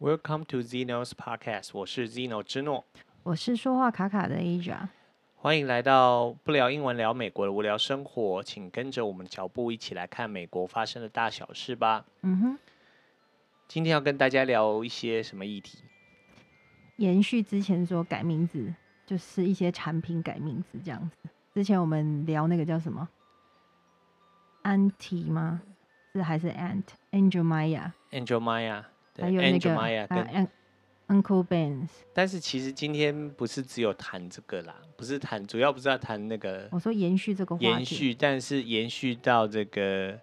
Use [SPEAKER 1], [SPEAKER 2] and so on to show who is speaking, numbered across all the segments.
[SPEAKER 1] Welcome to Zeno's Podcast，我是 Zeno 之诺，
[SPEAKER 2] 我是说话卡卡的 Asia。
[SPEAKER 1] 欢迎来到不聊英文聊美国的无聊生活，请跟着我们脚步一起来看美国发生的大小事吧。
[SPEAKER 2] 嗯哼，
[SPEAKER 1] 今天要跟大家聊一些什么议题？
[SPEAKER 2] 延续之前说改名字，就是一些产品改名字这样子。之前我们聊那个叫什么 a n t i 吗？是还是 Ant Angel Maya，
[SPEAKER 1] Angel Maya，对
[SPEAKER 2] 还有那
[SPEAKER 1] ，Angel
[SPEAKER 2] 个啊
[SPEAKER 1] Maya
[SPEAKER 2] 还有
[SPEAKER 1] 跟
[SPEAKER 2] An- Uncle Ben's。
[SPEAKER 1] 但是其实今天不是只有谈这个啦，不是谈，主要不是要谈那个
[SPEAKER 2] 我说延续这个话题，
[SPEAKER 1] 延续，但是延续到这个，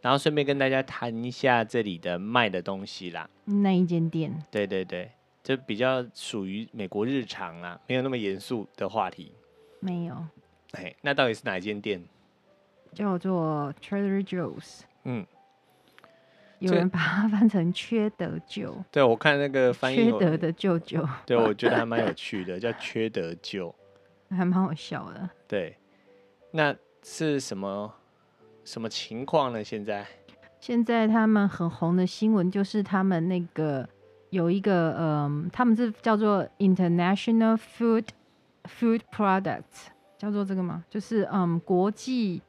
[SPEAKER 1] 然后顺便跟大家谈一下这里的卖的东西啦。
[SPEAKER 2] 那一间店，
[SPEAKER 1] 对对对，这比较属于美国日常啦，没有那么严肃的话题。
[SPEAKER 2] 没有
[SPEAKER 1] 哎，那到底是哪一间店？
[SPEAKER 2] 叫做 Trader Joe's。
[SPEAKER 1] 嗯，
[SPEAKER 2] 有
[SPEAKER 1] 这
[SPEAKER 2] 人把它翻成缺德舅，
[SPEAKER 1] 对我看那个翻译
[SPEAKER 2] 缺
[SPEAKER 1] 我，
[SPEAKER 2] 德的舅舅，
[SPEAKER 1] 对我觉得还蛮有趣的，叫缺德舅。
[SPEAKER 2] 还蛮好笑的。
[SPEAKER 1] 对，那是什么什么情况呢？现在
[SPEAKER 2] 现在他们很红的新闻就是他们那个有一个嗯，他们是叫做 International Food Food Products，叫做这个吗？就是嗯，国际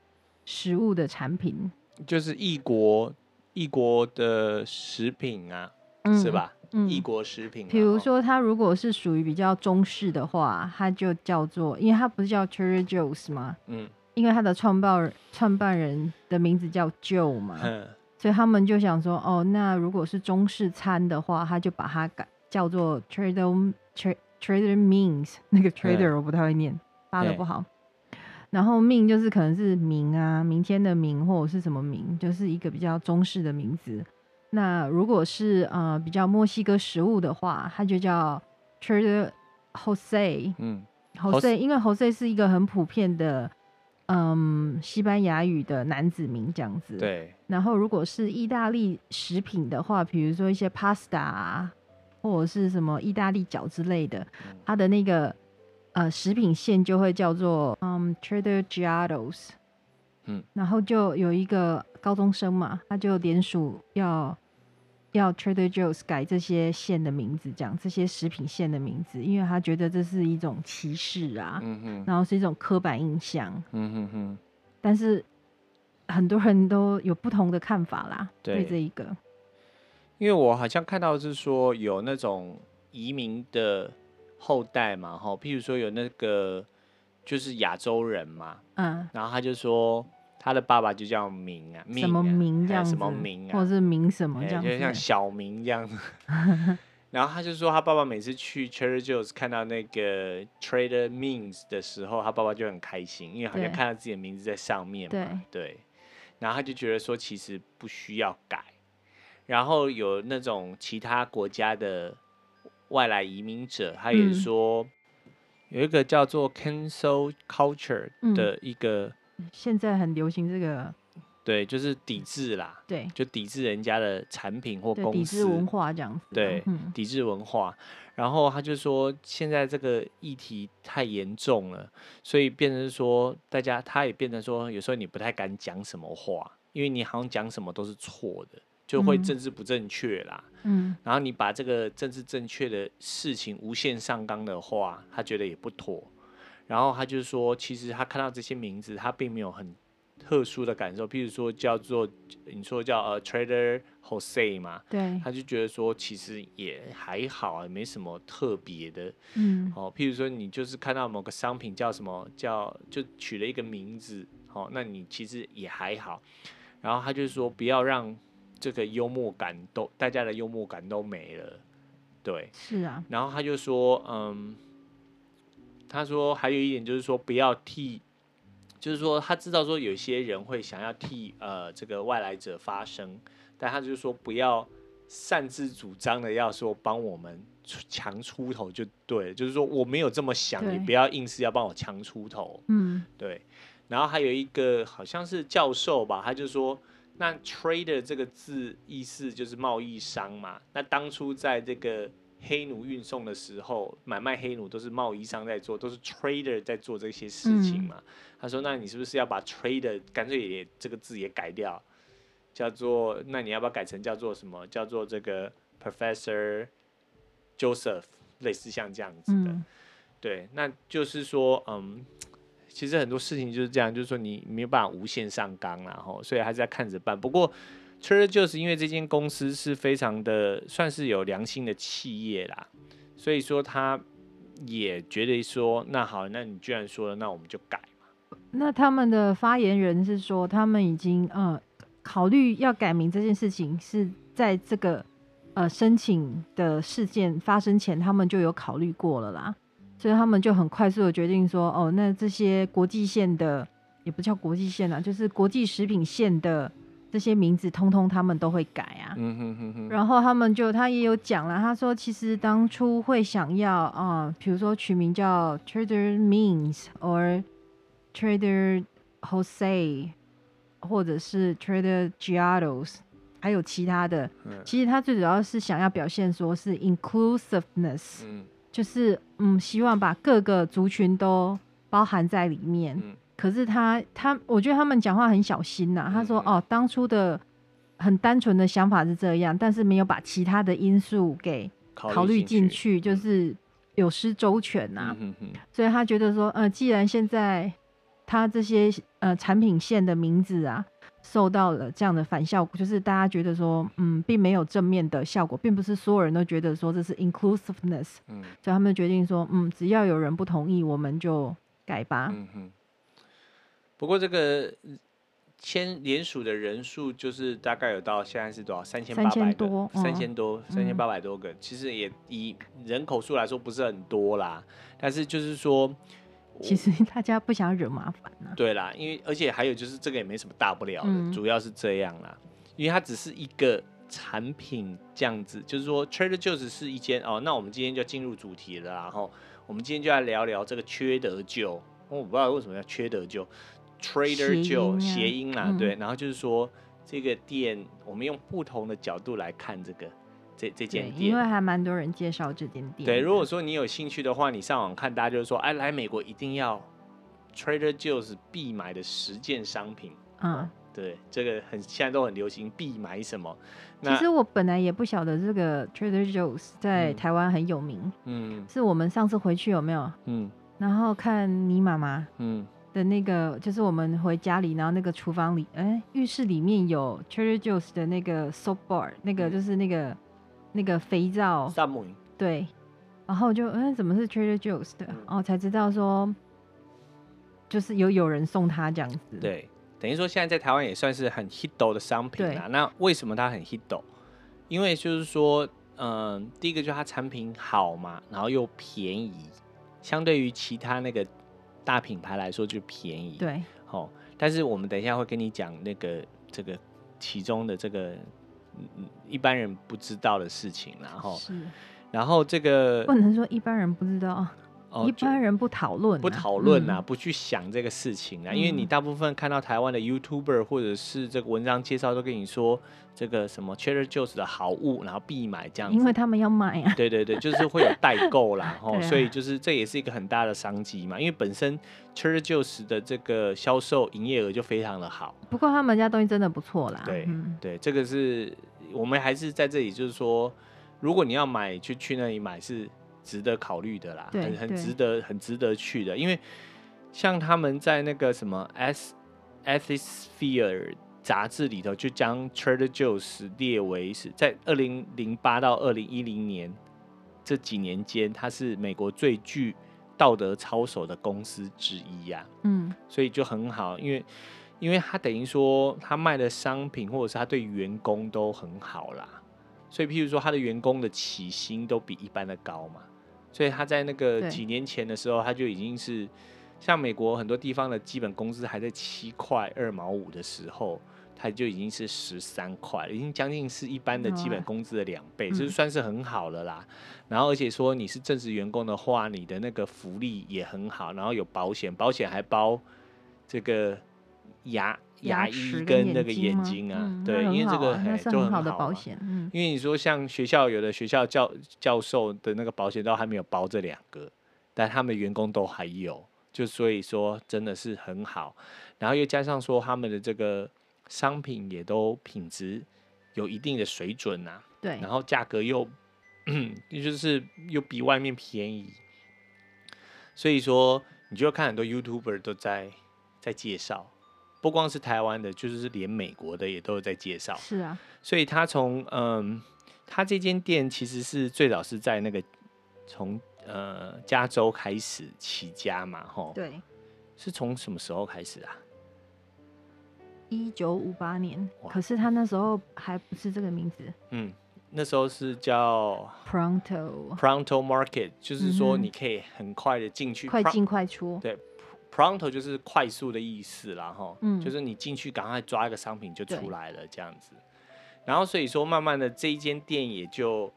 [SPEAKER 2] 食物的产品，
[SPEAKER 1] 就是异国异国的食品啊，
[SPEAKER 2] 嗯、
[SPEAKER 1] 是？吧？
[SPEAKER 2] 嗯，
[SPEAKER 1] 异国食品、啊，
[SPEAKER 2] 比如
[SPEAKER 1] 哦
[SPEAKER 2] 说，它如果是属于比较中式的话，它就叫做，因为它不是叫 Trader Joe's 吗？
[SPEAKER 1] 嗯
[SPEAKER 2] 因为它的创办人创办人的名字叫 Joe 嘛，
[SPEAKER 1] 哼
[SPEAKER 2] 所以他们就想说，哦，那如果是中式餐的话，他就把它改叫做 Trader Tra, Trader Means，那 个 Trader 我不太会念，发的
[SPEAKER 1] 对
[SPEAKER 2] 不好。然后命就是可能是明啊，明天的明或者是什么明，就是一个比较中式的名字。那如果是呃比较墨西哥食物的话，它就叫 Trader Jose
[SPEAKER 1] 嗯 Jose
[SPEAKER 2] Jose，因为 Jose 是一个很普遍的，嗯，西班牙语的男子名这样子。
[SPEAKER 1] 对，
[SPEAKER 2] 然后如果是意大利食品的话，比如说一些 pasta 啊，或者是什么意大利饺之类的，
[SPEAKER 1] 嗯
[SPEAKER 2] 它的那个呃食品线就会叫做嗯 Trader Giardos。
[SPEAKER 1] 嗯，
[SPEAKER 2] 然后就有一个高中生嘛，他就联署要要 Trader Joe's 改这些线的名字，这样这些食品线的名字，因为他觉得这是一种歧视啊，
[SPEAKER 1] 嗯哼
[SPEAKER 2] 然后是一种刻板印象。
[SPEAKER 1] 嗯哼哼，
[SPEAKER 2] 但是很多人都有不同的看法啦，
[SPEAKER 1] 对
[SPEAKER 2] 对这一个，
[SPEAKER 1] 因为我好像看到是说有那种移民的后代嘛，哈，譬如说有那个就是亚洲人嘛，
[SPEAKER 2] 嗯，
[SPEAKER 1] 然后他就说他的爸爸就叫明啊，
[SPEAKER 2] 什么
[SPEAKER 1] 明
[SPEAKER 2] 名这样子，
[SPEAKER 1] 什么明啊，
[SPEAKER 2] 或者是名什么
[SPEAKER 1] 哎
[SPEAKER 2] 哦这样
[SPEAKER 1] 就像
[SPEAKER 2] 子，
[SPEAKER 1] 小明这样 子。然后他就说，他爸爸每次去 Trader Joe's 看到那个 Trader Means 的时候，他爸爸就很开心，因为好像
[SPEAKER 2] 对
[SPEAKER 1] 看到自己的名字在上面嘛。对。然后他就觉得说，其实不需要改。然后有那种其他国家的外来移民者，他也
[SPEAKER 2] 嗯
[SPEAKER 1] 说、有一个叫做 Cancel Culture
[SPEAKER 2] 嗯
[SPEAKER 1] 的一个，
[SPEAKER 2] 现在很流行这个，
[SPEAKER 1] 对，就是抵制啦，
[SPEAKER 2] 对
[SPEAKER 1] 就抵制人家的产品或
[SPEAKER 2] 对，
[SPEAKER 1] 公
[SPEAKER 2] 抵
[SPEAKER 1] 司
[SPEAKER 2] 制文化这样子，
[SPEAKER 1] 对
[SPEAKER 2] 嗯，
[SPEAKER 1] 抵制文化。然后他就说，现在这个议题太严重了，所以变成说，大家他也变成说，有时候你不太敢讲什么话，因为你好像讲什么都是错的，就会
[SPEAKER 2] 嗯
[SPEAKER 1] 政治不正确啦。
[SPEAKER 2] 嗯，
[SPEAKER 1] 然后你把这个政治正确的事情无限上纲的话，他觉得也不妥。然后他就说，其实他看到这些名字，他并没有很特殊的感受，譬如说叫做你说叫呃 Trader Jose 嘛，
[SPEAKER 2] 对，
[SPEAKER 1] 他就觉得说，其实也还好啊，没什么特别的
[SPEAKER 2] 嗯，
[SPEAKER 1] 哦。譬如说，你就是看到某个商品叫什么叫，就取了一个名字，哦，那你其实也还好。然后他就说，不要让这个幽默感都大家的幽默感都没了，对。
[SPEAKER 2] 是啊，
[SPEAKER 1] 然后他就说，嗯，他说还有一点就是说不要替，就是说他知道说有些人会想要替呃这个外来者发声，但他就说不要擅自主张的要说帮我们出强出头就对了，就是说我没有这么想，
[SPEAKER 2] 对
[SPEAKER 1] 你不要硬是要帮我强出头。
[SPEAKER 2] 嗯，
[SPEAKER 1] 对，然后还有一个好像是教授吧，他就说，那 trader 这个字意思就是贸易商嘛。那当初在这个黑奴运送的时候，买卖黑奴都是贸易商在做，都是 trader 在做这些事情嘛。他说，那你是不是要把 trader 干脆也这个字也改掉，叫做那你要不要改成叫做什么？叫做这个 Professor Joseph，类似像这样子的。
[SPEAKER 2] 嗯
[SPEAKER 1] 对，那就是说，嗯，其实很多事情就是这样，就是说你没有办法无限上纲啦，吼，所以还是要看着办。不过 Trader Joe's 因为这间公司是非常的，算是有良心的企业啦，所以说他也觉得说，那好，那你既然说了，那我们就改嘛。
[SPEAKER 2] 那他们的发言人是说，他们已经呃考虑要改名这件事情是在这个呃申请的事件发生前，他们就有考虑过了啦，所以他们就很快速的决定说，哦，那这些国际线的也不叫国际线啦，就是国际食品线的这些名字，通通他们都会改啊。
[SPEAKER 1] 嗯哼哼哼，
[SPEAKER 2] 然后他们就他也有讲了，他说其实当初会想要啊、呃比如说取名叫 Trader Means or Trader Jose，或者是 Trader Giados，还有其他的。
[SPEAKER 1] 嗯
[SPEAKER 2] 其实他最主要是想要表现说是 inclusiveness，
[SPEAKER 1] 嗯
[SPEAKER 2] 就是嗯，希望把各个族群都包含在里面。
[SPEAKER 1] 嗯
[SPEAKER 2] 可是他他，我觉得他们讲话很小心呐、他说
[SPEAKER 1] 嗯
[SPEAKER 2] 哦，当初的很单纯的想法是这样，但是没有把其他的因素给考虑进
[SPEAKER 1] 去。
[SPEAKER 2] 去，嗯啊就是有失周全呐、
[SPEAKER 1] 嗯哼哼，
[SPEAKER 2] 所以他觉得说，呃，既然现在他这些呃产品线的名字啊，受到了这样的反效果，就是大家觉得说，嗯，并没有正面的效果，并不是所有人都觉得说这是 inclusiveness，
[SPEAKER 1] 嗯
[SPEAKER 2] 所以他们决定说，嗯，只要有人不同意，我们就改吧。
[SPEAKER 1] 嗯哼。不过这个嗯签联署的人数就是大概有到现在是多少？三千八百
[SPEAKER 2] 3000多
[SPEAKER 1] 三
[SPEAKER 2] 嗯
[SPEAKER 1] 千多，三千八百多个。其实也以人口数来说不是很多啦，但是就是说，
[SPEAKER 2] 其实大家不想惹麻烦啊呐、
[SPEAKER 1] 对啦，因为而且还有就是这个也没什么大不了的，
[SPEAKER 2] 嗯
[SPEAKER 1] 主要是这样啦，因为它只是一个产品这样子，就是说 Trader Joe's 是一间哦，那我们今天就进入主题了啦，然后我们今天就来聊聊这个缺德舅，我不知道为什么叫缺德舅，Trader
[SPEAKER 2] 谐
[SPEAKER 1] Joe
[SPEAKER 2] 音啊
[SPEAKER 1] 谐音啦，
[SPEAKER 2] 嗯
[SPEAKER 1] 对，然后就是说这个店，我们用不同的角度来看这个这这
[SPEAKER 2] 对，
[SPEAKER 1] 间
[SPEAKER 2] 因为
[SPEAKER 1] 店。
[SPEAKER 2] 还蛮多人介绍这间店的。
[SPEAKER 1] 对，如果说你有兴趣的话，你上网看，大家就是说，哎，来美国一定要 Trader Joe's 必买的十件商品，
[SPEAKER 2] 嗯，
[SPEAKER 1] 对，这个很现在都很流行必买什么。
[SPEAKER 2] 其
[SPEAKER 1] 那
[SPEAKER 2] 实我本来也不晓得这个 Trader Joe's 在
[SPEAKER 1] 嗯
[SPEAKER 2] 台湾很有名，
[SPEAKER 1] 嗯
[SPEAKER 2] 是我们上次回去有没有？
[SPEAKER 1] 嗯
[SPEAKER 2] 然后看你妈妈
[SPEAKER 1] 嗯
[SPEAKER 2] 的那个，就是我们回家里，然后那个厨房里，哎，浴室里面有 Trader Joe's 的那个 soap bar，那
[SPEAKER 1] 嗯
[SPEAKER 2] 个就是那个那个肥皂，
[SPEAKER 1] 萨姆林
[SPEAKER 2] 对，然后我就嗯，怎么是 Trader Joe's 的？
[SPEAKER 1] 嗯
[SPEAKER 2] 哦，才知道说，就是有有人送他这样子。，
[SPEAKER 1] 对，等于说现在在台湾也算是很 hit 的商品啦。那为什么它很 hit？因为就是说，嗯、第一个就是它产品好嘛，然后又便宜，相对于其他那个大品牌来说就便宜。
[SPEAKER 2] 对，
[SPEAKER 1] 哦，但是我们等一下会跟你讲那个这个其中的这个嗯嗯一般人不知道的事情，然后
[SPEAKER 2] 是
[SPEAKER 1] 然后这个
[SPEAKER 2] 不能说一般人不知道，啊
[SPEAKER 1] 哦
[SPEAKER 2] 一
[SPEAKER 1] 就
[SPEAKER 2] 般人不讨论啊、
[SPEAKER 1] 不讨论
[SPEAKER 2] 呐、
[SPEAKER 1] 啊，不去想这个事情啊，因为你
[SPEAKER 2] 嗯
[SPEAKER 1] 大部分看到台湾的 YouTuber 或者是这个文章介绍都跟你说这个什么 Trader Joe's 的好物，然后必买这样子，
[SPEAKER 2] 因为他们要卖啊。
[SPEAKER 1] 对对对，就是会有代购啦，吼，
[SPEAKER 2] 对啊
[SPEAKER 1] 所以就是这也是一个很大的商机嘛，因为本身 Trader Joe's 的这个销售营业额就非常的好，
[SPEAKER 2] 不过他们家东西真的不错啦。
[SPEAKER 1] 对、
[SPEAKER 2] 嗯，
[SPEAKER 1] 对，这个是我们还是在这里，就是说，如果你要买，就去那里买是值得考虑的啦，
[SPEAKER 2] 对
[SPEAKER 1] 很很
[SPEAKER 2] 对
[SPEAKER 1] 值得，很值得去的，因为像他们在那个什么 S Ethisphere 杂志里头，就将 Trader Joe's 列为是在二零零八到二零一零年这几年间，它是美国最具道德操守的公司之一啊呀、
[SPEAKER 2] 嗯，
[SPEAKER 1] 所以就很好，因为因为他等于说他卖的商品或者是他对员工都很好啦，所以譬如说他的员工的起薪都比一般的高嘛，所以他在那个
[SPEAKER 2] 对
[SPEAKER 1] 几年前的时候，他就已经是像美国很多地方的基本工资还在七块二毛五的时候。他就已经是十三块了，已经将近是一般的基本
[SPEAKER 2] 哇
[SPEAKER 1] 工资的两倍，
[SPEAKER 2] 嗯
[SPEAKER 1] 这、算是很好了啦。然后而且说你是正式员工的话，你的那个福利也很好，然后有保险，保险还包这个牙牙医
[SPEAKER 2] 齿
[SPEAKER 1] 跟那个
[SPEAKER 2] 睛
[SPEAKER 1] 眼
[SPEAKER 2] 吗
[SPEAKER 1] 睛啊，
[SPEAKER 2] 嗯
[SPEAKER 1] 对，
[SPEAKER 2] 那很
[SPEAKER 1] 因为这
[SPEAKER 2] 好
[SPEAKER 1] 个
[SPEAKER 2] 啊
[SPEAKER 1] 嘿
[SPEAKER 2] 那是
[SPEAKER 1] 就
[SPEAKER 2] 很好的
[SPEAKER 1] 啊
[SPEAKER 2] 保。险。嗯，
[SPEAKER 1] 因为你说像学校有的学校教教授的那个保险都还没有包这两个，但他们员工都还有，就所以说真的是很好。然后又加上说他们的这个商品也都品质有一定的水准啊呐、
[SPEAKER 2] 对
[SPEAKER 1] 然后价格又， 也就是又比外面便宜，所以说你就会看很多 YouTuber 都在在介绍，不光是台湾的，就是连美国的也都有在介绍。
[SPEAKER 2] 是啊，
[SPEAKER 1] 所以他从嗯，他这间店其实是最早是在那个从呃加州开始起家嘛，吼，
[SPEAKER 2] 对，
[SPEAKER 1] 是从什么时候开始啊？
[SPEAKER 2] 一九五八年，
[SPEAKER 1] 哇
[SPEAKER 2] 可是他那时候还不是这个名字
[SPEAKER 1] 嗯，那时候是叫
[SPEAKER 2] ，Pronto，
[SPEAKER 1] Pronto Market，就是
[SPEAKER 2] 嗯
[SPEAKER 1] 说
[SPEAKER 2] 哼
[SPEAKER 1] 你可以很快的进去，
[SPEAKER 2] 快
[SPEAKER 1] Pro-
[SPEAKER 2] 进快出，
[SPEAKER 1] Pronto 就是快速的意思啦，哈，
[SPEAKER 2] 嗯
[SPEAKER 1] 就是你进去赶快抓一个商品就
[SPEAKER 2] 对
[SPEAKER 1] 出来了这样子。然后所以说，慢慢的这一间店也就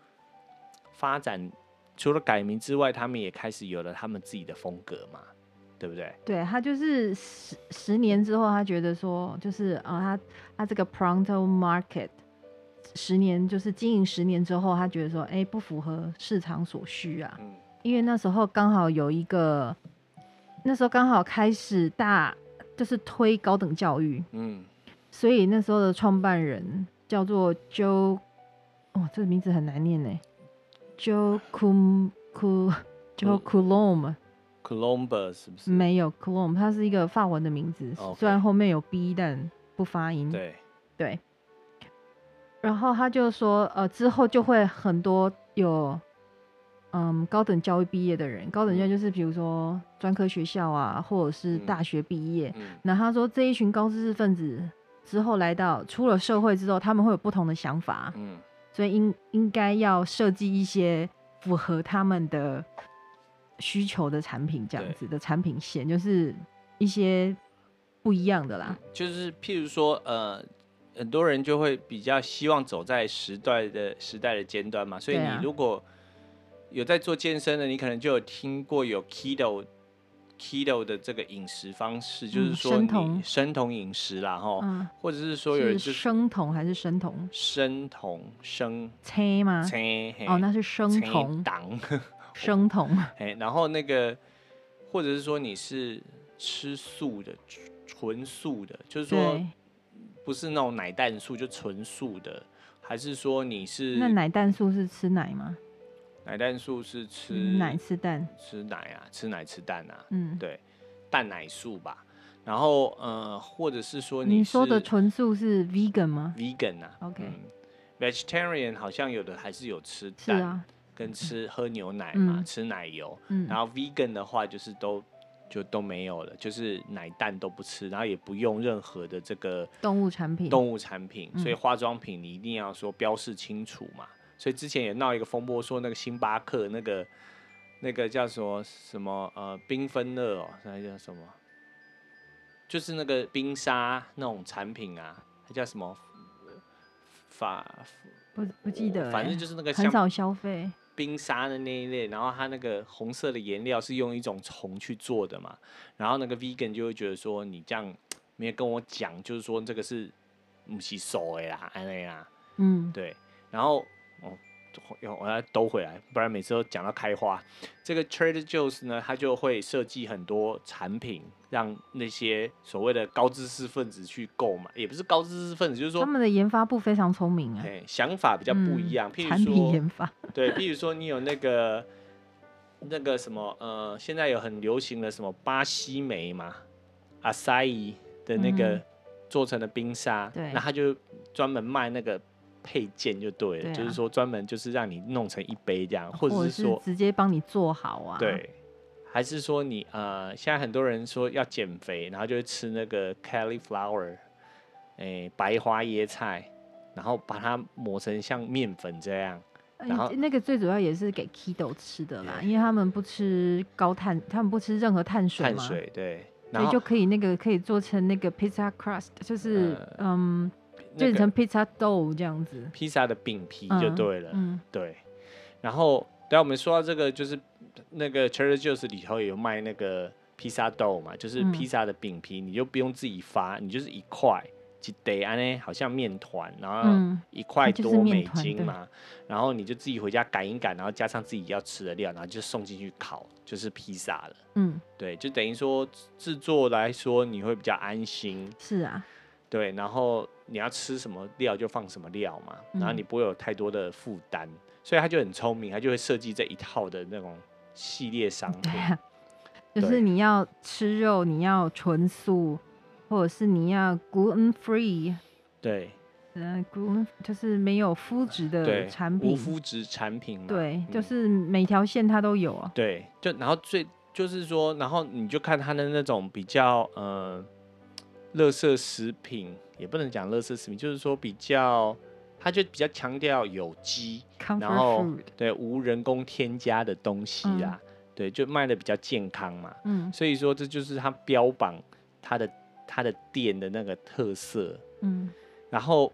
[SPEAKER 1] 发展，除了改名之外，他们也开始有了他们自己的风格嘛，对不对？
[SPEAKER 2] 对他就是十十年之后，他觉得说，就是啊、呃他他这个 Pronto Market 十年就是经营十年之后，他觉得说，哎，不符合市场所需啊，
[SPEAKER 1] 嗯
[SPEAKER 2] 因为那时候刚好有一个，那时候刚好开始大就是推高等教育，
[SPEAKER 1] 嗯
[SPEAKER 2] 所以那时候的创办人叫做 Joe，哦，这个名字很难念呢，Joe Kum Ku Joe Coulomb。
[SPEAKER 1] ，Colomba 是不是？
[SPEAKER 2] 没有 c l o m 它是一个法文的名字
[SPEAKER 1] 哦 OK
[SPEAKER 2] 虽然后面有 b，但不发音。
[SPEAKER 1] 对，
[SPEAKER 2] 对然后他就说，呃，之后就会很多有，嗯，高等教育毕业的人，高等教育就是比如说专科学校啊，或者是
[SPEAKER 1] 嗯
[SPEAKER 2] 大学毕业。
[SPEAKER 1] 嗯
[SPEAKER 2] 那他说这一群高知识分子之后来到出了社会之后，他们会有不同的想法，
[SPEAKER 1] 嗯
[SPEAKER 2] 所以应应该要设计一些符合他们的需求的产品，这样
[SPEAKER 1] 对
[SPEAKER 2] 子的产品线就是一些不一样的啦。
[SPEAKER 1] 就是譬如说，呃，很多人就会比较希望走在时代的时代的尖端嘛，所以
[SPEAKER 2] 对
[SPEAKER 1] 你
[SPEAKER 2] 啊
[SPEAKER 1] 如果有在做健身的，你可能就有听过有 keto keto 的这个饮食方式，就
[SPEAKER 2] 嗯
[SPEAKER 1] 是说
[SPEAKER 2] 生
[SPEAKER 1] 你
[SPEAKER 2] 酮
[SPEAKER 1] 生酮饮食啦，吼，
[SPEAKER 2] 嗯，
[SPEAKER 1] 或者是哦说有人
[SPEAKER 2] 是
[SPEAKER 1] 就是
[SPEAKER 2] 生酮还是生酮？
[SPEAKER 1] 生酮生
[SPEAKER 2] 切吗？
[SPEAKER 1] 切嘿
[SPEAKER 2] 哦，那是生
[SPEAKER 1] 切
[SPEAKER 2] 酮，
[SPEAKER 1] 党
[SPEAKER 2] 生酮。
[SPEAKER 1] 哎，然后那个，或者是说你是吃素的，纯素的，就是说
[SPEAKER 2] 对，
[SPEAKER 1] 不是那种奶蛋素，就纯素的，还是说你是
[SPEAKER 2] 那奶蛋素是吃奶吗？嗯
[SPEAKER 1] 奶蛋素是吃
[SPEAKER 2] 奶吃蛋。
[SPEAKER 1] 吃奶啊，吃奶吃蛋啊，
[SPEAKER 2] 嗯，
[SPEAKER 1] 对，蛋奶素吧。然后呃，或者是说
[SPEAKER 2] 你说的
[SPEAKER 1] 是
[SPEAKER 2] 纯素是 vegan 吗？
[SPEAKER 1] vegan 啊
[SPEAKER 2] OK
[SPEAKER 1] 嗯 vegetarian 好像有的还是有吃
[SPEAKER 2] 是
[SPEAKER 1] 蛋，
[SPEAKER 2] 啊，
[SPEAKER 1] 跟吃喝牛奶嘛，
[SPEAKER 2] 嗯
[SPEAKER 1] 吃奶油，
[SPEAKER 2] 嗯
[SPEAKER 1] 然后 vegan 的话就是都就都没有了，就是奶蛋都不吃，然后也不用任何的这个
[SPEAKER 2] 动物产品。
[SPEAKER 1] 动物产品，
[SPEAKER 2] 嗯
[SPEAKER 1] 所以化妆品你一定要说标示清楚嘛。所以之前也闹一个风波，说那个星巴克那个那个叫什么什么呃缤纷乐哦，那叫什么？就是那个冰沙那种产品啊，它叫什么？呃法呃
[SPEAKER 2] 不不记得欸，
[SPEAKER 1] 反正就是那个
[SPEAKER 2] 很
[SPEAKER 1] 像
[SPEAKER 2] 少消费。
[SPEAKER 1] 冰沙的那一类，然后它那个红色的颜料是用一种虫去做的嘛，然后那个 vegan 就会觉得说你这样没有跟我讲，就是说这个是不是熟的啦，啊安内啦，
[SPEAKER 2] 嗯，
[SPEAKER 1] 对，然后哦，我我要兜回来，不然每次都讲到开花。这个 Trader Joe's 呢，它就会设计很多产品让那些所谓的高知识分子去购买，也不是高知识分子，就是
[SPEAKER 2] 他
[SPEAKER 1] 说。
[SPEAKER 2] 们的研发部非常聪明啊，
[SPEAKER 1] 哎，想法比较不一样，
[SPEAKER 2] 嗯
[SPEAKER 1] 譬如说，
[SPEAKER 2] 产品研发。
[SPEAKER 1] 对，比如说你有那个那个什么呃，现在有很流行的什么巴西莓嘛，阿塞伊的那个
[SPEAKER 2] 嗯
[SPEAKER 1] 做成的冰沙，
[SPEAKER 2] 对
[SPEAKER 1] 那他就专门卖那个配件就对了，
[SPEAKER 2] 对啊
[SPEAKER 1] 就是说专门就是让你弄成一杯这样，或
[SPEAKER 2] 或
[SPEAKER 1] 者
[SPEAKER 2] 是
[SPEAKER 1] 说
[SPEAKER 2] 直接帮你做好啊。，
[SPEAKER 1] 对。还是说你呃，现在很多人说要减肥，然后就会吃那个 cauliflower，哎、白花椰菜，然后把它磨成像面粉这样，
[SPEAKER 2] 呃
[SPEAKER 1] 然后
[SPEAKER 2] 那个最主要也是给 keto 吃的啦，因为他们不吃高碳，他们不吃任何碳水
[SPEAKER 1] 碳
[SPEAKER 2] 嘛，
[SPEAKER 1] 水对，
[SPEAKER 2] 所
[SPEAKER 1] 然
[SPEAKER 2] 以
[SPEAKER 1] 后
[SPEAKER 2] 就可以那个可以做成那个 pizza crust，就是嗯，
[SPEAKER 1] 呃那
[SPEAKER 2] 做
[SPEAKER 1] 个
[SPEAKER 2] 成 pizza dough 这样子。
[SPEAKER 1] 披萨的饼皮就
[SPEAKER 2] 嗯
[SPEAKER 1] 对了，
[SPEAKER 2] 嗯，
[SPEAKER 1] 对。然后，等下我们说到这个，就是那个 Trader Joe's 里头也有卖那个披萨豆嘛，就是
[SPEAKER 2] 嗯
[SPEAKER 1] 披萨的饼皮，你就不用自己发，你就是一块几得安呢，好像面团，然后
[SPEAKER 2] 嗯
[SPEAKER 1] 一块
[SPEAKER 2] 就是
[SPEAKER 1] 多
[SPEAKER 2] 面
[SPEAKER 1] 美
[SPEAKER 2] 团
[SPEAKER 1] 金
[SPEAKER 2] 对
[SPEAKER 1] 嘛，然后你就自己回家擀一擀，然后加上自己要吃的料，然后就送进去烤，就是披萨了。
[SPEAKER 2] 嗯，
[SPEAKER 1] 对，就等于说制作来说你会比较安心，
[SPEAKER 2] 是啊，
[SPEAKER 1] 对，然后你要吃什么料就放什么料嘛，然后你
[SPEAKER 2] 嗯
[SPEAKER 1] 不会有太多的负担，所以他就很聪明，他就会设计这一套的那种系列商品。
[SPEAKER 2] 啊就是
[SPEAKER 1] 对
[SPEAKER 2] 你要吃肉，你要纯素，或者是你要 gluten free，
[SPEAKER 1] 对
[SPEAKER 2] 嗯，gluten 就是没有麸质的
[SPEAKER 1] 对，
[SPEAKER 2] 呃产
[SPEAKER 1] 无
[SPEAKER 2] 品，
[SPEAKER 1] 麸质产品嘛，
[SPEAKER 2] 对，就
[SPEAKER 1] 嗯
[SPEAKER 2] 是每条线它都有啊。
[SPEAKER 1] 对，就然后最就是说，然后你就看他的那种比较呃，垃圾食品也不能讲垃圾食品，就是说比较，他就比较强调有机，然
[SPEAKER 2] Comfort
[SPEAKER 1] 后
[SPEAKER 2] food，
[SPEAKER 1] 对无人工添加的东西啦，对，就卖的比较健康嘛，
[SPEAKER 2] 嗯
[SPEAKER 1] 所以说这就是他标榜他的他的店的那个特色，
[SPEAKER 2] 嗯。
[SPEAKER 1] 然后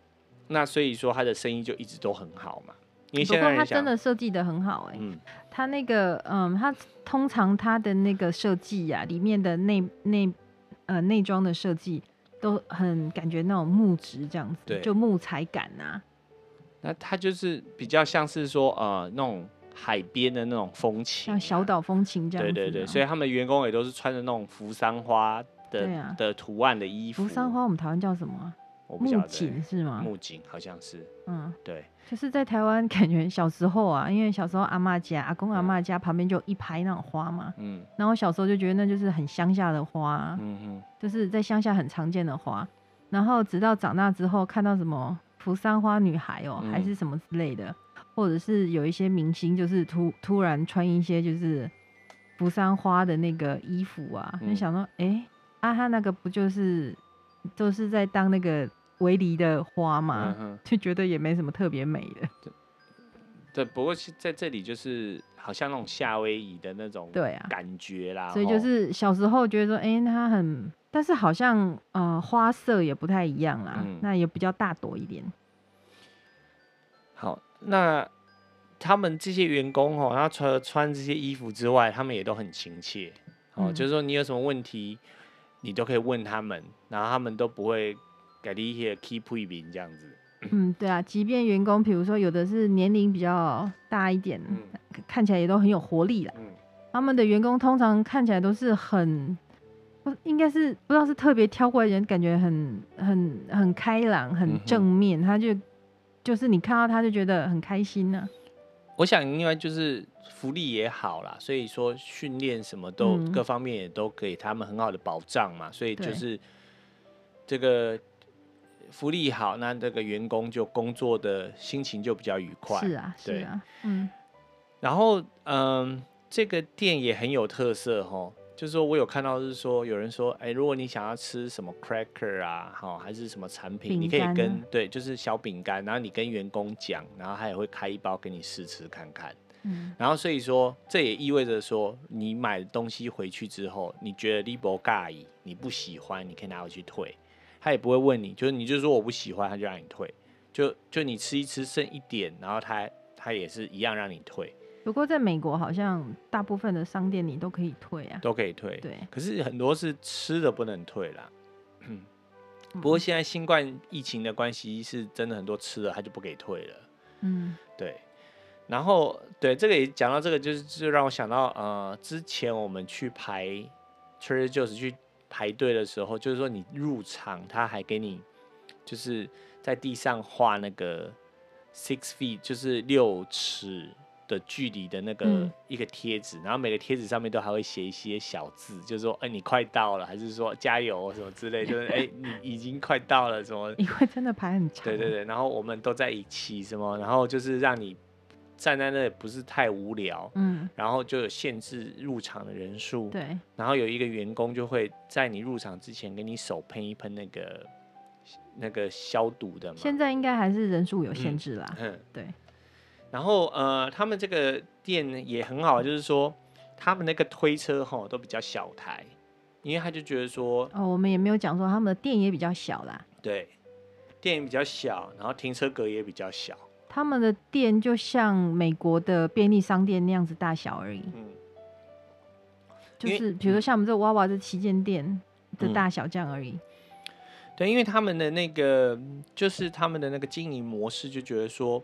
[SPEAKER 1] 那所以说他的生意就一直都很好嘛，因为
[SPEAKER 2] 不
[SPEAKER 1] 现
[SPEAKER 2] 过
[SPEAKER 1] 在
[SPEAKER 2] 它
[SPEAKER 1] 人
[SPEAKER 2] 真
[SPEAKER 1] 想，
[SPEAKER 2] 的设计的很好哎、
[SPEAKER 1] 嗯，
[SPEAKER 2] 它那个嗯，它通常它的那个设计呀，里面的内内呃内装的设计都很感觉那种木质这样子，
[SPEAKER 1] 对
[SPEAKER 2] 就木材感啊，
[SPEAKER 1] 那它就是比较像是说呃那种海边的那种风情、
[SPEAKER 2] 像小。岛风情这
[SPEAKER 1] 对
[SPEAKER 2] 样子、
[SPEAKER 1] 啊
[SPEAKER 2] 啊
[SPEAKER 1] 对对，所以
[SPEAKER 2] 以
[SPEAKER 1] 他们员工也都是穿着那种扶桑花
[SPEAKER 2] 对
[SPEAKER 1] 的、
[SPEAKER 2] 啊
[SPEAKER 1] 的图案的衣服。
[SPEAKER 2] 扶桑，花我们台湾叫什么啊、
[SPEAKER 1] 我不晓
[SPEAKER 2] 木
[SPEAKER 1] 得欸
[SPEAKER 2] 槿是吗？
[SPEAKER 1] 木槿好像是
[SPEAKER 2] 嗯，
[SPEAKER 1] 对
[SPEAKER 2] 就是在台湾感觉小时候啊，因为小时候阿嬷家、阿公阿
[SPEAKER 1] 啊
[SPEAKER 2] 嬷家旁边就有一排那种花嘛，
[SPEAKER 1] 嗯
[SPEAKER 2] 然后小时候就觉得那就是很乡下的花啊、
[SPEAKER 1] 嗯
[SPEAKER 2] 就是在乡下很常见的花。然后直到长大之后，看到什么扶桑花女孩哦、
[SPEAKER 1] 嗯
[SPEAKER 2] 还是什么之类的，或者是有一些明星，就是突突然穿一些就是扶桑花的那个衣服啊，
[SPEAKER 1] 嗯
[SPEAKER 2] 就想说，哎、啊哈，那个不就是都是在当那个围篱的花
[SPEAKER 1] 哼
[SPEAKER 2] 嘛
[SPEAKER 1] 嗯，哼，
[SPEAKER 2] 就觉得也没什么特别美的。
[SPEAKER 1] 对。不过是在这里就是好像那种夏威夷的那种
[SPEAKER 2] 对啊，
[SPEAKER 1] 感觉啦，
[SPEAKER 2] 所以
[SPEAKER 1] 吼
[SPEAKER 2] 就是小时候觉得说，哎、它很，但是好像呃花色也不太一样啦，
[SPEAKER 1] 嗯
[SPEAKER 2] 那也比较大朵一点。
[SPEAKER 1] 好。那他们这些员工哦，他除了穿这些衣服之外，他们也都很亲切哦，
[SPEAKER 2] 嗯
[SPEAKER 1] 就是说你有什么问题，你都可以问他们，然后他们都不会给你一些 keep 一名这样子。
[SPEAKER 2] 嗯，对啊，即便员工，比如说有的是年龄比较大一点，
[SPEAKER 1] 嗯
[SPEAKER 2] 看看起来也都很有活力啦。
[SPEAKER 1] 嗯。
[SPEAKER 2] 他们的员工通常看起来都是很，不应该是不知道是特别挑过来的人，感觉很很很开朗，
[SPEAKER 1] 嗯
[SPEAKER 2] 很
[SPEAKER 1] 哼
[SPEAKER 2] 正面，他就就是你看到他就觉得很开心啊呢、
[SPEAKER 1] 我想应该就是福利也好啦，所以说训练什么都、
[SPEAKER 2] 嗯
[SPEAKER 1] 各方面也都给他们很好的保障嘛，所以就
[SPEAKER 2] 对
[SPEAKER 1] 是这个福利好，那这个员工就工作的心情就比较愉快。
[SPEAKER 2] 是啊，是
[SPEAKER 1] 对
[SPEAKER 2] 啊，嗯
[SPEAKER 1] 然后嗯，这个店也很有特色哦。就是说我有看到，是说有人说，哎、如果你想要吃什么 cracker 啊，好还是什么产品，
[SPEAKER 2] 饼
[SPEAKER 1] 你可以
[SPEAKER 2] 干
[SPEAKER 1] 跟
[SPEAKER 2] 啊
[SPEAKER 1] 对，就是小饼干，然后你跟员工讲，然后他也会开一包给你试吃看看。
[SPEAKER 2] 嗯，
[SPEAKER 1] 然后所以说，这也意味着说，你买东西回去之后，你觉得你不介意，你不喜欢，你可以拿回去退，他也不会问你，就是你就说我不喜欢，他就让你退，就就你吃一吃剩一点，然后他他也是一样让你退，
[SPEAKER 2] 不过在美国好像大部分的商店你都可以退啊，
[SPEAKER 1] 都可以退。
[SPEAKER 2] 对，
[SPEAKER 1] 可是很多是吃的不能退啦。
[SPEAKER 2] 嗯
[SPEAKER 1] 不过现在新冠疫情的关系，是真的很多吃的他就不给退了。
[SPEAKER 2] 嗯
[SPEAKER 1] 对，然后对这个也讲到这个，就是就让我想到呃，之前我们去排 Trader Joe's 去排队的时候，就是说你入场，他还给你就是在地上画那个 six feet，就是六尺的距离的那个
[SPEAKER 2] 嗯
[SPEAKER 1] 一个贴纸，然后每个贴纸上面都还会写一些小字，就是说哎、你快到了，还是说加油什么之类，就是哎、你已经快到了什么。
[SPEAKER 2] 因为真的排很长，
[SPEAKER 1] 对对对，然后我们都在一起什么，然后就是让你站在那里不是太无聊，
[SPEAKER 2] 嗯
[SPEAKER 1] 然后就有限制入场的人数，
[SPEAKER 2] 对，
[SPEAKER 1] 然后有一个员工就会在你入场之前给你手喷一喷那个那个消毒的嘛，
[SPEAKER 2] 现在应该还是人数有限
[SPEAKER 1] 嗯
[SPEAKER 2] 制啦，
[SPEAKER 1] 嗯，
[SPEAKER 2] 对。
[SPEAKER 1] 然后呃，他们这个店也很好，就是说他们那个推车吼都比较小台，因为他就觉得说
[SPEAKER 2] 哦，我们也没有讲说他们的店也比较小啦，
[SPEAKER 1] 对店也比较小，然后停车格也比较小，
[SPEAKER 2] 他们的店就像美国的便利商店那样子大小而已，
[SPEAKER 1] 嗯。
[SPEAKER 2] 就
[SPEAKER 1] 因为嗯
[SPEAKER 2] 是比如说像我们这娃娃这旗舰店的大小这样而已。
[SPEAKER 1] 对，因为他们的那个就是他们的那个经营模式，就觉得说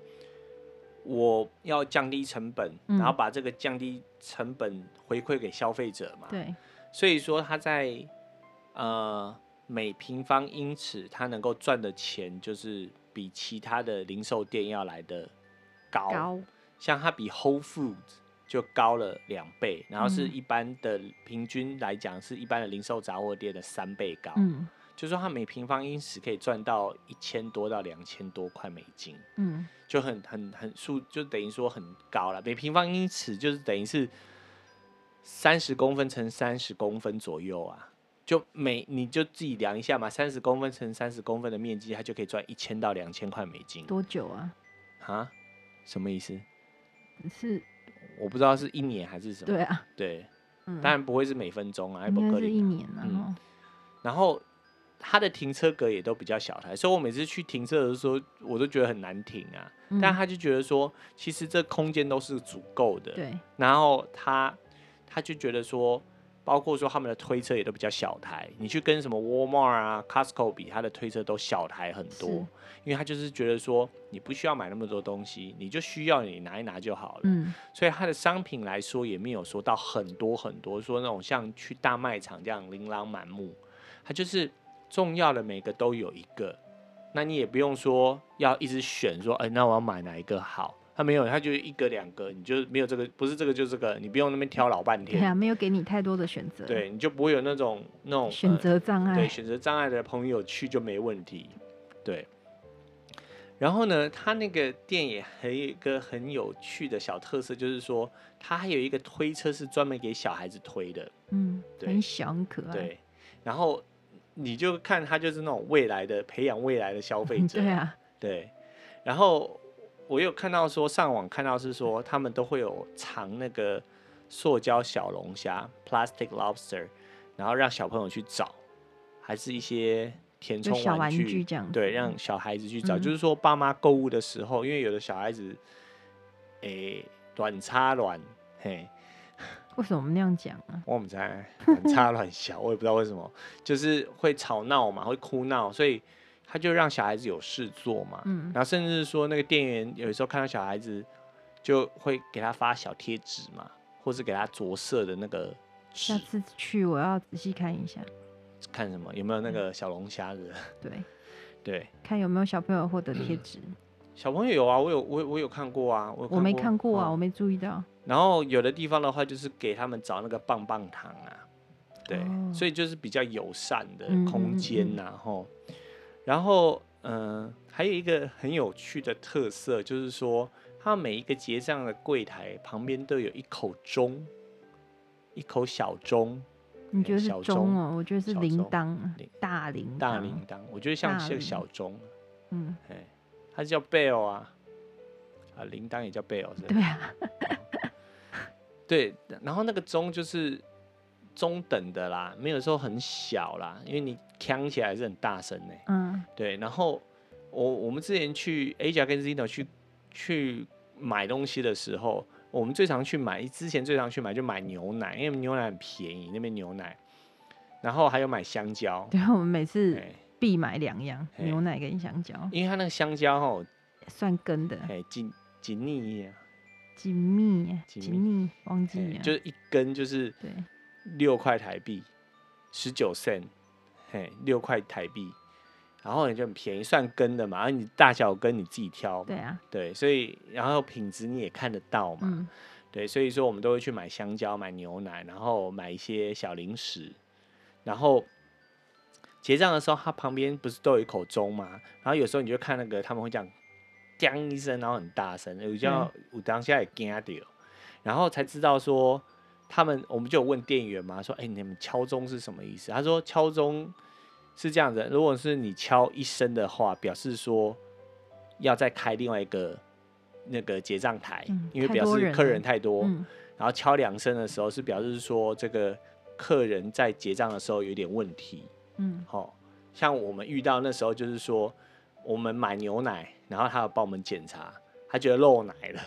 [SPEAKER 1] 我要降低成本，
[SPEAKER 2] 嗯
[SPEAKER 1] 然后把这个降低成本回馈给消费者嘛。，
[SPEAKER 2] 对，
[SPEAKER 1] 所以说他在呃每平方英尺它能够赚的钱，就是比其他的零售店要来的高。
[SPEAKER 2] 高，
[SPEAKER 1] 像它比 Whole Foods 就高了两倍，然后是
[SPEAKER 2] 嗯
[SPEAKER 1] 一般的平均来讲是一般的零售杂货店的三倍高。
[SPEAKER 2] 嗯
[SPEAKER 1] 就说它每平方英尺可以赚到一千多到两千多块美金，
[SPEAKER 2] 嗯，
[SPEAKER 1] 就很很很数，就等于说很高了。每平方英尺就是等于是三十公分乘三十公分左右啊。就每你就自己量一下嘛，三十公分乘三十公分的面积，它就可以赚一千到两千块美金
[SPEAKER 2] 多久啊？
[SPEAKER 1] 啊？什么意思？
[SPEAKER 2] 是，
[SPEAKER 1] 我不知道是一年还是什么。
[SPEAKER 2] 对啊，
[SPEAKER 1] 对，
[SPEAKER 2] 嗯，
[SPEAKER 1] 当然不会是每分钟啊，
[SPEAKER 2] 应
[SPEAKER 1] 不
[SPEAKER 2] 该
[SPEAKER 1] 可
[SPEAKER 2] 是
[SPEAKER 1] 能。
[SPEAKER 2] 一年了、
[SPEAKER 1] 嗯
[SPEAKER 2] 哦
[SPEAKER 1] 然后它的停车格也都比较小台，所以我每次去停车的时候，我都觉得很难停啊。
[SPEAKER 2] 嗯
[SPEAKER 1] 但他就觉得说，其实这空间都是足够的。
[SPEAKER 2] 对，
[SPEAKER 1] 然后他他就觉得说，包括说他们的推车也都比较小台，你去跟什么 Walmart 啊、Costco 比，他的推车都小台很多
[SPEAKER 2] 是，
[SPEAKER 1] 因为他就是觉得说，你不需要买那么多东西，你就需要你拿一拿就好了。
[SPEAKER 2] 嗯
[SPEAKER 1] 所以它的商品来说也没有说到很多很多，说那种像去大卖场这样琳琅满目，它就是重要的每个都有一个，那你也不用说要一直选说，哎、那我要买哪一个好？它没有，它就一个两个，你就没有这个，不是这个就是这个，你不用那边挑老半
[SPEAKER 2] 对啊，
[SPEAKER 1] 天，
[SPEAKER 2] 没有给你太多的选择，，
[SPEAKER 1] 对，你就不会有那种那种
[SPEAKER 2] 选
[SPEAKER 1] 呃
[SPEAKER 2] 择障
[SPEAKER 1] 对
[SPEAKER 2] 碍，
[SPEAKER 1] 选择障碍的朋友去就没问题。对，然后呢，它那个店也还有一个很有趣的小特色，就是说它还有一个推车是专门给小孩子推的，
[SPEAKER 2] 嗯，
[SPEAKER 1] 对
[SPEAKER 2] 很小很可爱，
[SPEAKER 1] 对，然后你就看它就是那种未来的培养未来的消费
[SPEAKER 2] 嗯
[SPEAKER 1] 者，
[SPEAKER 2] 对啊，
[SPEAKER 1] 对，然后我有看到说上网看到是说他们都会有藏那个塑胶小龙虾 （plastic lobster），然后让小朋友去找，还是一些填
[SPEAKER 2] 就
[SPEAKER 1] 充
[SPEAKER 2] 小玩具
[SPEAKER 1] 具，
[SPEAKER 2] 这样子，
[SPEAKER 1] 对，让小孩子去找。
[SPEAKER 2] 嗯
[SPEAKER 1] 就是说，爸妈购物的时候，因为有的小孩子，诶、卵插卵，嘿，
[SPEAKER 2] 为什么我们那样讲啊？
[SPEAKER 1] 我们在乱插乱笑，我也不知道为什么，就是会吵闹嘛，会哭闹，所以他就让小孩子有事做嘛。
[SPEAKER 2] 嗯
[SPEAKER 1] 然后甚至说那个店员有时候看到小孩子，就会给他发小贴纸嘛，或是给他着色的那个
[SPEAKER 2] 下
[SPEAKER 1] 纸，
[SPEAKER 2] 次去我要仔细看一下，
[SPEAKER 1] 看什么有没
[SPEAKER 2] 嗯
[SPEAKER 1] 有那个小龙虾的。
[SPEAKER 2] 对，
[SPEAKER 1] 对，
[SPEAKER 2] 看有没有小朋友获得贴纸，
[SPEAKER 1] 小朋友有啊，我有我有我有嗯看过啊，我有
[SPEAKER 2] 我没看过啊，
[SPEAKER 1] 嗯
[SPEAKER 2] 我没注意到，
[SPEAKER 1] 然后有的地方的话，就是给他们找那个棒棒糖啊，对，
[SPEAKER 2] 哦
[SPEAKER 1] 所以就是比较友善的
[SPEAKER 2] 嗯
[SPEAKER 1] 空间呐、吼、然后，嗯、还有一个很有趣的特色，就是说，它每一个结账的柜台旁边都有一口钟，一口小钟，
[SPEAKER 2] 你觉得是
[SPEAKER 1] 小
[SPEAKER 2] 钟
[SPEAKER 1] 钟
[SPEAKER 2] 哦？我觉得是
[SPEAKER 1] 小
[SPEAKER 2] 铃
[SPEAKER 1] 钟
[SPEAKER 2] 铛
[SPEAKER 1] 铃，
[SPEAKER 2] 大铃
[SPEAKER 1] 大
[SPEAKER 2] 铛
[SPEAKER 1] 铃，铛，我觉得像
[SPEAKER 2] 嗯大
[SPEAKER 1] 是个
[SPEAKER 2] 铃
[SPEAKER 1] 小钟，
[SPEAKER 2] 嗯，
[SPEAKER 1] 哎，它叫 bell 啊，啊，铃铛也叫 bell，是吧
[SPEAKER 2] 对啊，
[SPEAKER 1] 对，然后那个钟就是中等的啦，没有说很小啦，因为你锵起来还是很大声呢、
[SPEAKER 2] 嗯
[SPEAKER 1] 对，然后我我们之前去 Asia 跟 Zino 去去买东西的时候，我们最常去买，之前最常去买就买牛奶，因为牛奶很便宜，那边牛奶，然后还有买香蕉，
[SPEAKER 2] 对啊，我们每次
[SPEAKER 1] 哎，
[SPEAKER 2] 必买两样，
[SPEAKER 1] 嘿
[SPEAKER 2] 牛奶跟香蕉，
[SPEAKER 1] 因为它那个香蕉吼，
[SPEAKER 2] 算根的，
[SPEAKER 1] 哎，紧紧腻啊，
[SPEAKER 2] 紧密耶，
[SPEAKER 1] 紧
[SPEAKER 2] 紧啊
[SPEAKER 1] 密
[SPEAKER 2] 密，啊忘记
[SPEAKER 1] 哎
[SPEAKER 2] 了，
[SPEAKER 1] 就是一根就是
[SPEAKER 2] 对，
[SPEAKER 1] 六块台币，十九 cent，嘿，六块台币，然后你就很便宜，算根的嘛，然后你大小跟你自己挑嘛，
[SPEAKER 2] 对啊，
[SPEAKER 1] 对所以然后品质你也看得到嘛，
[SPEAKER 2] 嗯，
[SPEAKER 1] 对，所以说我们都会去买香蕉、买牛奶，然后买一些小零食，然后结账的时候，它旁边不是都有一口钟吗？然后有时候你就看那个他们会讲“叮”一声，然后很大声，有叫
[SPEAKER 2] 嗯
[SPEAKER 1] 我当下也惊掉，然后才知道说他们，我们就有问店员嘛，说：“哎、你们敲钟是什么意思？”他说：“敲钟是这样子，如果是你敲一声的话，表示说要再开另外一个。”那个结账台，
[SPEAKER 2] 嗯
[SPEAKER 1] 因为
[SPEAKER 2] 太
[SPEAKER 1] 表
[SPEAKER 2] 多
[SPEAKER 1] 示
[SPEAKER 2] 人
[SPEAKER 1] 客
[SPEAKER 2] 了
[SPEAKER 1] 人太多，
[SPEAKER 2] 嗯，
[SPEAKER 1] 然后敲两声的时候是表示说这个客人在结账的时候有点问题。
[SPEAKER 2] 嗯，
[SPEAKER 1] 好、像我们遇到那时候就是说，我们买牛奶，然后他要帮我们检查，他觉得漏奶了，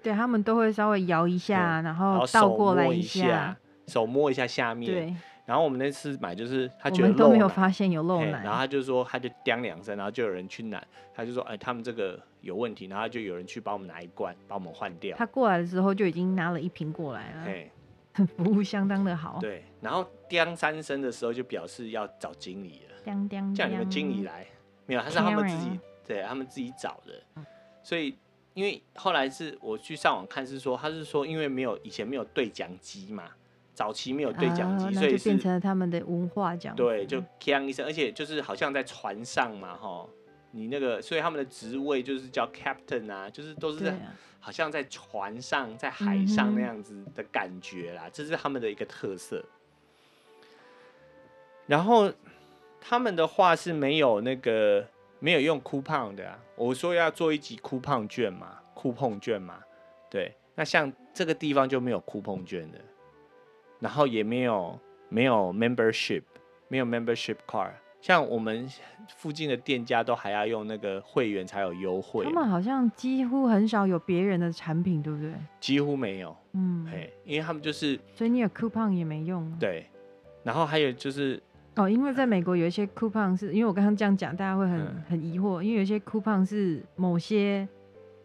[SPEAKER 2] 对他们都会稍微摇一下，然
[SPEAKER 1] 然
[SPEAKER 2] 后
[SPEAKER 1] 后
[SPEAKER 2] 哦倒
[SPEAKER 1] 手
[SPEAKER 2] 过来
[SPEAKER 1] 摸一
[SPEAKER 2] 下，，
[SPEAKER 1] 手摸一下下面。
[SPEAKER 2] 对，
[SPEAKER 1] 然后我们那次买就是他
[SPEAKER 2] 我
[SPEAKER 1] 觉得
[SPEAKER 2] 们都
[SPEAKER 1] 漏
[SPEAKER 2] 没
[SPEAKER 1] 奶
[SPEAKER 2] 有。发现有漏
[SPEAKER 1] 嘿
[SPEAKER 2] 奶
[SPEAKER 1] 然后，他就说，他就叮两声，然后就有人去拿，他就说，哎，他们这个有问题，然后就有人去帮我们拿一罐，帮我们换掉。
[SPEAKER 2] 他过来的时候就已经拿了一瓶过来了，
[SPEAKER 1] 哎，
[SPEAKER 2] 服务相当的好。
[SPEAKER 1] 对，然后当三声的时候就表示要找经理了，
[SPEAKER 2] 当当
[SPEAKER 1] 叫你们经理来，没有，他是他们自己
[SPEAKER 2] Karen
[SPEAKER 1] 对他们自己找的
[SPEAKER 2] 嗯，
[SPEAKER 1] 所以因为后来是我去上网看是说他是说因为没有以前没有对讲机嘛，早期没有对讲机，
[SPEAKER 2] 啊
[SPEAKER 1] 所
[SPEAKER 2] 那
[SPEAKER 1] 以
[SPEAKER 2] 就是变成了他们的文化这样子。
[SPEAKER 1] 对，就锵一声，而且就是好像在船上嘛，哈，你那个，所以他们的职位就是叫 captain 啊，就是都是
[SPEAKER 2] 对
[SPEAKER 1] 在
[SPEAKER 2] 啊，
[SPEAKER 1] 好像在船上、在海上那
[SPEAKER 2] 嗯哼
[SPEAKER 1] 样子的感觉啦，这是他们的一个特色。然后他们的话是没有那个没有用 coupon 的、啊，我说要做一集 coupon 券嘛，coupon 券嘛，对，那像这个地方就没有 coupon 券的，然后也没有没有 membership，没有 membership card。像我们附近的店家都还要用那个会员才有优惠
[SPEAKER 2] 他
[SPEAKER 1] 嘛，
[SPEAKER 2] 们好像几乎很少有别人的产品，对不对？
[SPEAKER 1] 几乎没有。
[SPEAKER 2] 嗯，
[SPEAKER 1] 哎，因为他们就是
[SPEAKER 2] 所以你有 coupon 也没用啊。
[SPEAKER 1] 对，然后还有就是
[SPEAKER 2] 哦，因为在美国有一些 coupon 是因为我刚刚这样讲，大家会很、
[SPEAKER 1] 嗯
[SPEAKER 2] 很疑惑，因为有一些 coupon 是某些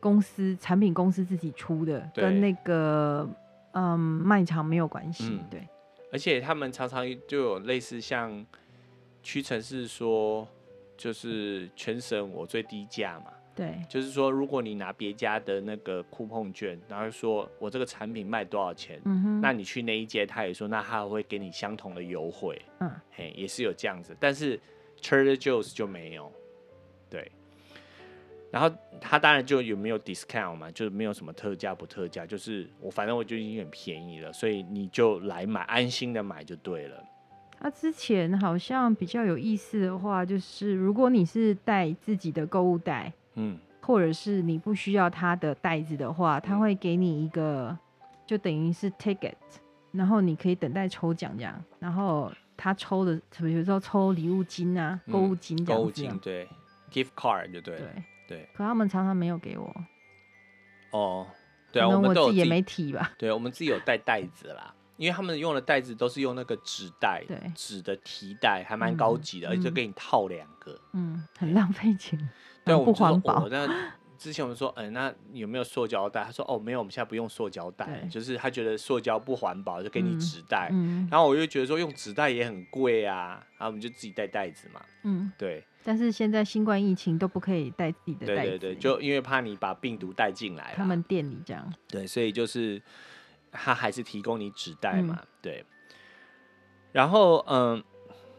[SPEAKER 2] 公司产品公司自己出的，
[SPEAKER 1] 对
[SPEAKER 2] 跟那个嗯卖场没有关系。
[SPEAKER 1] 嗯
[SPEAKER 2] 对，
[SPEAKER 1] 而且他们常常就有类似像屈臣氏说，就是全省我最低价嘛，
[SPEAKER 2] 对，
[SPEAKER 1] 就是说如果你拿别家的那个酷碰券，然后说我这个产品卖多少钱，
[SPEAKER 2] 嗯哼，
[SPEAKER 1] 那你去那一间，他也说那他会给你相同的优惠，
[SPEAKER 2] 嗯，
[SPEAKER 1] 嘿，也是有这样子，但是 Trader Joe's 就没有，对。然后他当然就有没有 discount 嘛，就是没有什么特价不特价，就是我反正我就已经很便宜了，所以你就来买，安心的买就对了。
[SPEAKER 2] 他之前好像比较有意思的话，就是如果你是带自己的购物袋，
[SPEAKER 1] 嗯，
[SPEAKER 2] 或者是你不需要它的袋子的话，他
[SPEAKER 1] 嗯
[SPEAKER 2] 会给你一个，就等于是 ticket，然后你可以等待抽奖这样，然后他抽的，比如说抽礼物金啊、
[SPEAKER 1] 嗯
[SPEAKER 2] 购物金这
[SPEAKER 1] 购物
[SPEAKER 2] 样子
[SPEAKER 1] 金
[SPEAKER 2] 啊。
[SPEAKER 1] 对，gift card 就对了。
[SPEAKER 2] 对
[SPEAKER 1] 对
[SPEAKER 2] 可他们常常没有给我，
[SPEAKER 1] 哦，对啊，我
[SPEAKER 2] 可能
[SPEAKER 1] 们
[SPEAKER 2] 我
[SPEAKER 1] 都有
[SPEAKER 2] 自己也没提吧。
[SPEAKER 1] 对，我们自己有带袋子啦，因为他们用的袋子都是用那个纸袋，
[SPEAKER 2] 对
[SPEAKER 1] 纸的提袋还蛮高
[SPEAKER 2] 嗯
[SPEAKER 1] 级的，而且就
[SPEAKER 2] 嗯
[SPEAKER 1] 给你套两个。
[SPEAKER 2] 嗯，很浪费钱，
[SPEAKER 1] 对啊，我
[SPEAKER 2] 很嗯不
[SPEAKER 1] 们就说
[SPEAKER 2] 环保
[SPEAKER 1] 哦。那之前我们说，嗯、那有没有塑胶袋？他说，哦，没有，我们现在不用塑胶袋，
[SPEAKER 2] 对
[SPEAKER 1] 就是他觉得塑胶不环保，就给你
[SPEAKER 2] 嗯
[SPEAKER 1] 纸袋。
[SPEAKER 2] 嗯
[SPEAKER 1] 然后我就觉得说，用纸袋也很贵啊，然后我们就自己带袋子嘛。
[SPEAKER 2] 嗯，
[SPEAKER 1] 对，
[SPEAKER 2] 但是现在新冠疫情都不可以带自己的
[SPEAKER 1] 对
[SPEAKER 2] 袋子，
[SPEAKER 1] 对对，就因为怕你把病毒带进来啦，
[SPEAKER 2] 他们店里这样。
[SPEAKER 1] 对，所以就是他还是提供你纸袋嘛，
[SPEAKER 2] 嗯
[SPEAKER 1] 对。然后嗯，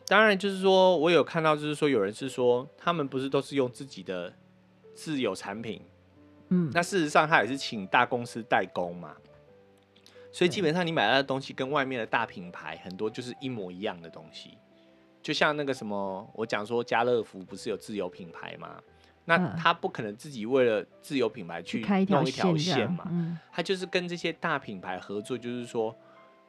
[SPEAKER 1] 当然就是说我有看到，就是说有人是说他们不是都是用自己的自有产品，
[SPEAKER 2] 嗯，
[SPEAKER 1] 那事实上他也是请大公司代工嘛，所以基
[SPEAKER 2] 对
[SPEAKER 1] 本上你买到的东西跟外面的大品牌很多就是一模一样的东西，就像那个什么，我讲说家乐福不是有自有品牌吗？那
[SPEAKER 2] 嗯
[SPEAKER 1] 他不可能自己为了自有品牌去
[SPEAKER 2] 开一条
[SPEAKER 1] 弄一条
[SPEAKER 2] 这
[SPEAKER 1] 线
[SPEAKER 2] 样
[SPEAKER 1] 嘛，
[SPEAKER 2] 嗯，
[SPEAKER 1] 他就是跟这些大品牌合作，就是说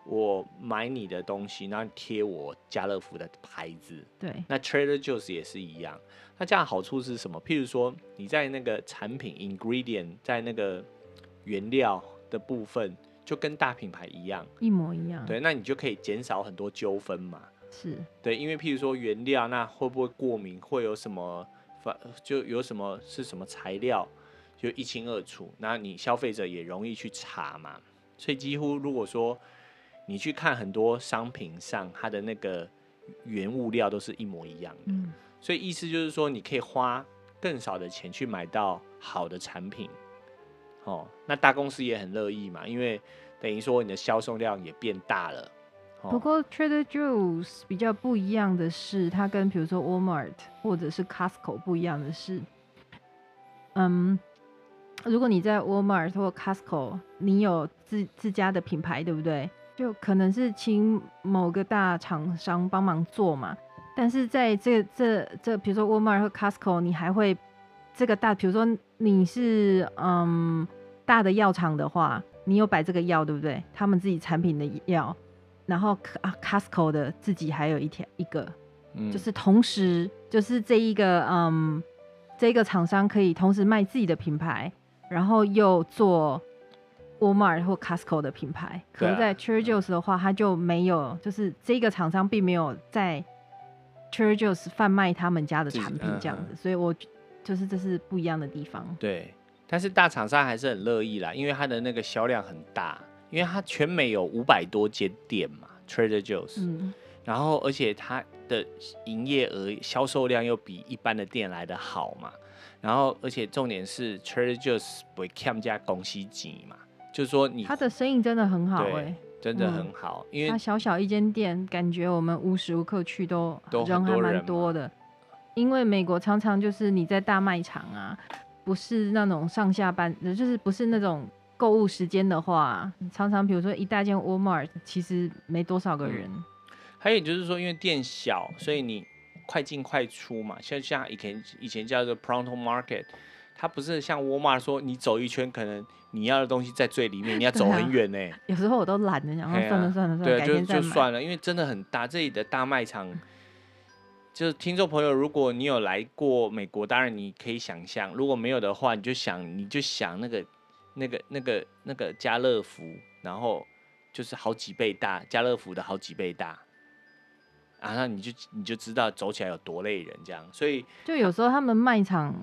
[SPEAKER 1] 我买你的东西，然后你贴我家乐福的牌子。
[SPEAKER 2] 对，
[SPEAKER 1] 那 Trader Joe's 也是一样。那这样好处是什么？譬如说你在那个产品 ingredient 在那个原料的部分，就跟大品牌一样，
[SPEAKER 2] 一模一样。
[SPEAKER 1] 对，那你就可以减少很多纠纷嘛。
[SPEAKER 2] 是，
[SPEAKER 1] 对，因为譬如说原料，那会不会过敏，会有什么反就有什么是什么材料，就一清二楚。那你消费者也容易去查嘛，所以几乎如果说你去看很多商品上，它的那个原物料都是一模一样的，
[SPEAKER 2] 嗯，
[SPEAKER 1] 所以意思就是说，你可以花更少的钱去买到好的产品。哦，那大公司也很乐意嘛，因为等于说你的销售量也变大了。哦、
[SPEAKER 2] 不过 Trader Joe's 比较不一样的是，它跟比如说 Walmart 或者是 Costco 不一样的是，嗯，如果你在 Walmart 或 Costco，你有自自家的品牌，对不对？就可能是请某个大厂商帮忙做嘛。但是在这这这，比如说 Walmart 和 Costco，你还会这个大，比如说你是嗯大的药厂的话，你有摆这个药，对不对？他们自己产品的药，然后 C- 啊 Costco 的自己还有一条一个，
[SPEAKER 1] 嗯
[SPEAKER 2] 就是同时就是这一个嗯这个厂商可以同时卖自己的品牌，然后又做。Walmart 或 Costco 的品牌，可
[SPEAKER 1] 对啊
[SPEAKER 2] 是在 Trader Joe's 的话，它就没有，就是这个厂商并没有在 Trader Joe's 贩卖他们家的
[SPEAKER 1] 自己
[SPEAKER 2] 产品这样
[SPEAKER 1] 嗯
[SPEAKER 2] 子，所以我就是这是不一样的地方。
[SPEAKER 1] 对，但是大厂商还是很乐意啦，因为它的那个销量很大，因为它全美有五百多间店嘛，Trader Joe's，、
[SPEAKER 2] 嗯，
[SPEAKER 1] 然后而且它的营业额、销售量又比一般的店来的好嘛。然后而且重点是 Trader Joe's 不会欠家公司钱嘛，就是说你
[SPEAKER 2] 他的生意真的很好
[SPEAKER 1] 对
[SPEAKER 2] 哎、
[SPEAKER 1] 真的
[SPEAKER 2] 嗯
[SPEAKER 1] 很好，因
[SPEAKER 2] 它
[SPEAKER 1] 为
[SPEAKER 2] 小小一间店，感觉我们无时无刻去都
[SPEAKER 1] 都
[SPEAKER 2] 人
[SPEAKER 1] 很
[SPEAKER 2] 还
[SPEAKER 1] 多人
[SPEAKER 2] 蛮
[SPEAKER 1] 嘛
[SPEAKER 2] 多的，因为美国常常就是你在大卖场啊，不是那种上下班，呃就是不是那种购物时间的话，常常比如说一大间 Walmart 其实没多少个
[SPEAKER 1] 嗯
[SPEAKER 2] 人，
[SPEAKER 1] 还有就是说，因为店小，所以你快进快出嘛。像像以前以前叫做 Pronto Market，它不是像沃尔玛说你走一圈，可能你要的东西在最里面，你要走
[SPEAKER 2] 对啊
[SPEAKER 1] 很远呢、
[SPEAKER 2] 有时候我都懒得想说
[SPEAKER 1] 哎呀
[SPEAKER 2] 算了算了算了，
[SPEAKER 1] 对，
[SPEAKER 2] 改
[SPEAKER 1] 就
[SPEAKER 2] 天再
[SPEAKER 1] 就
[SPEAKER 2] 买。
[SPEAKER 1] 算了，因为真的很大，这里的大卖场。就是听众朋友，如果你有来过美国，当然你可以想象；如果没有的话，你就想，你就想那个、那个、那个、那个家乐福，然后就是好几倍大，家乐福的好几倍大，啊，那你就你就知道走起来有多累人这样。所以，
[SPEAKER 2] 就有时候他们卖场，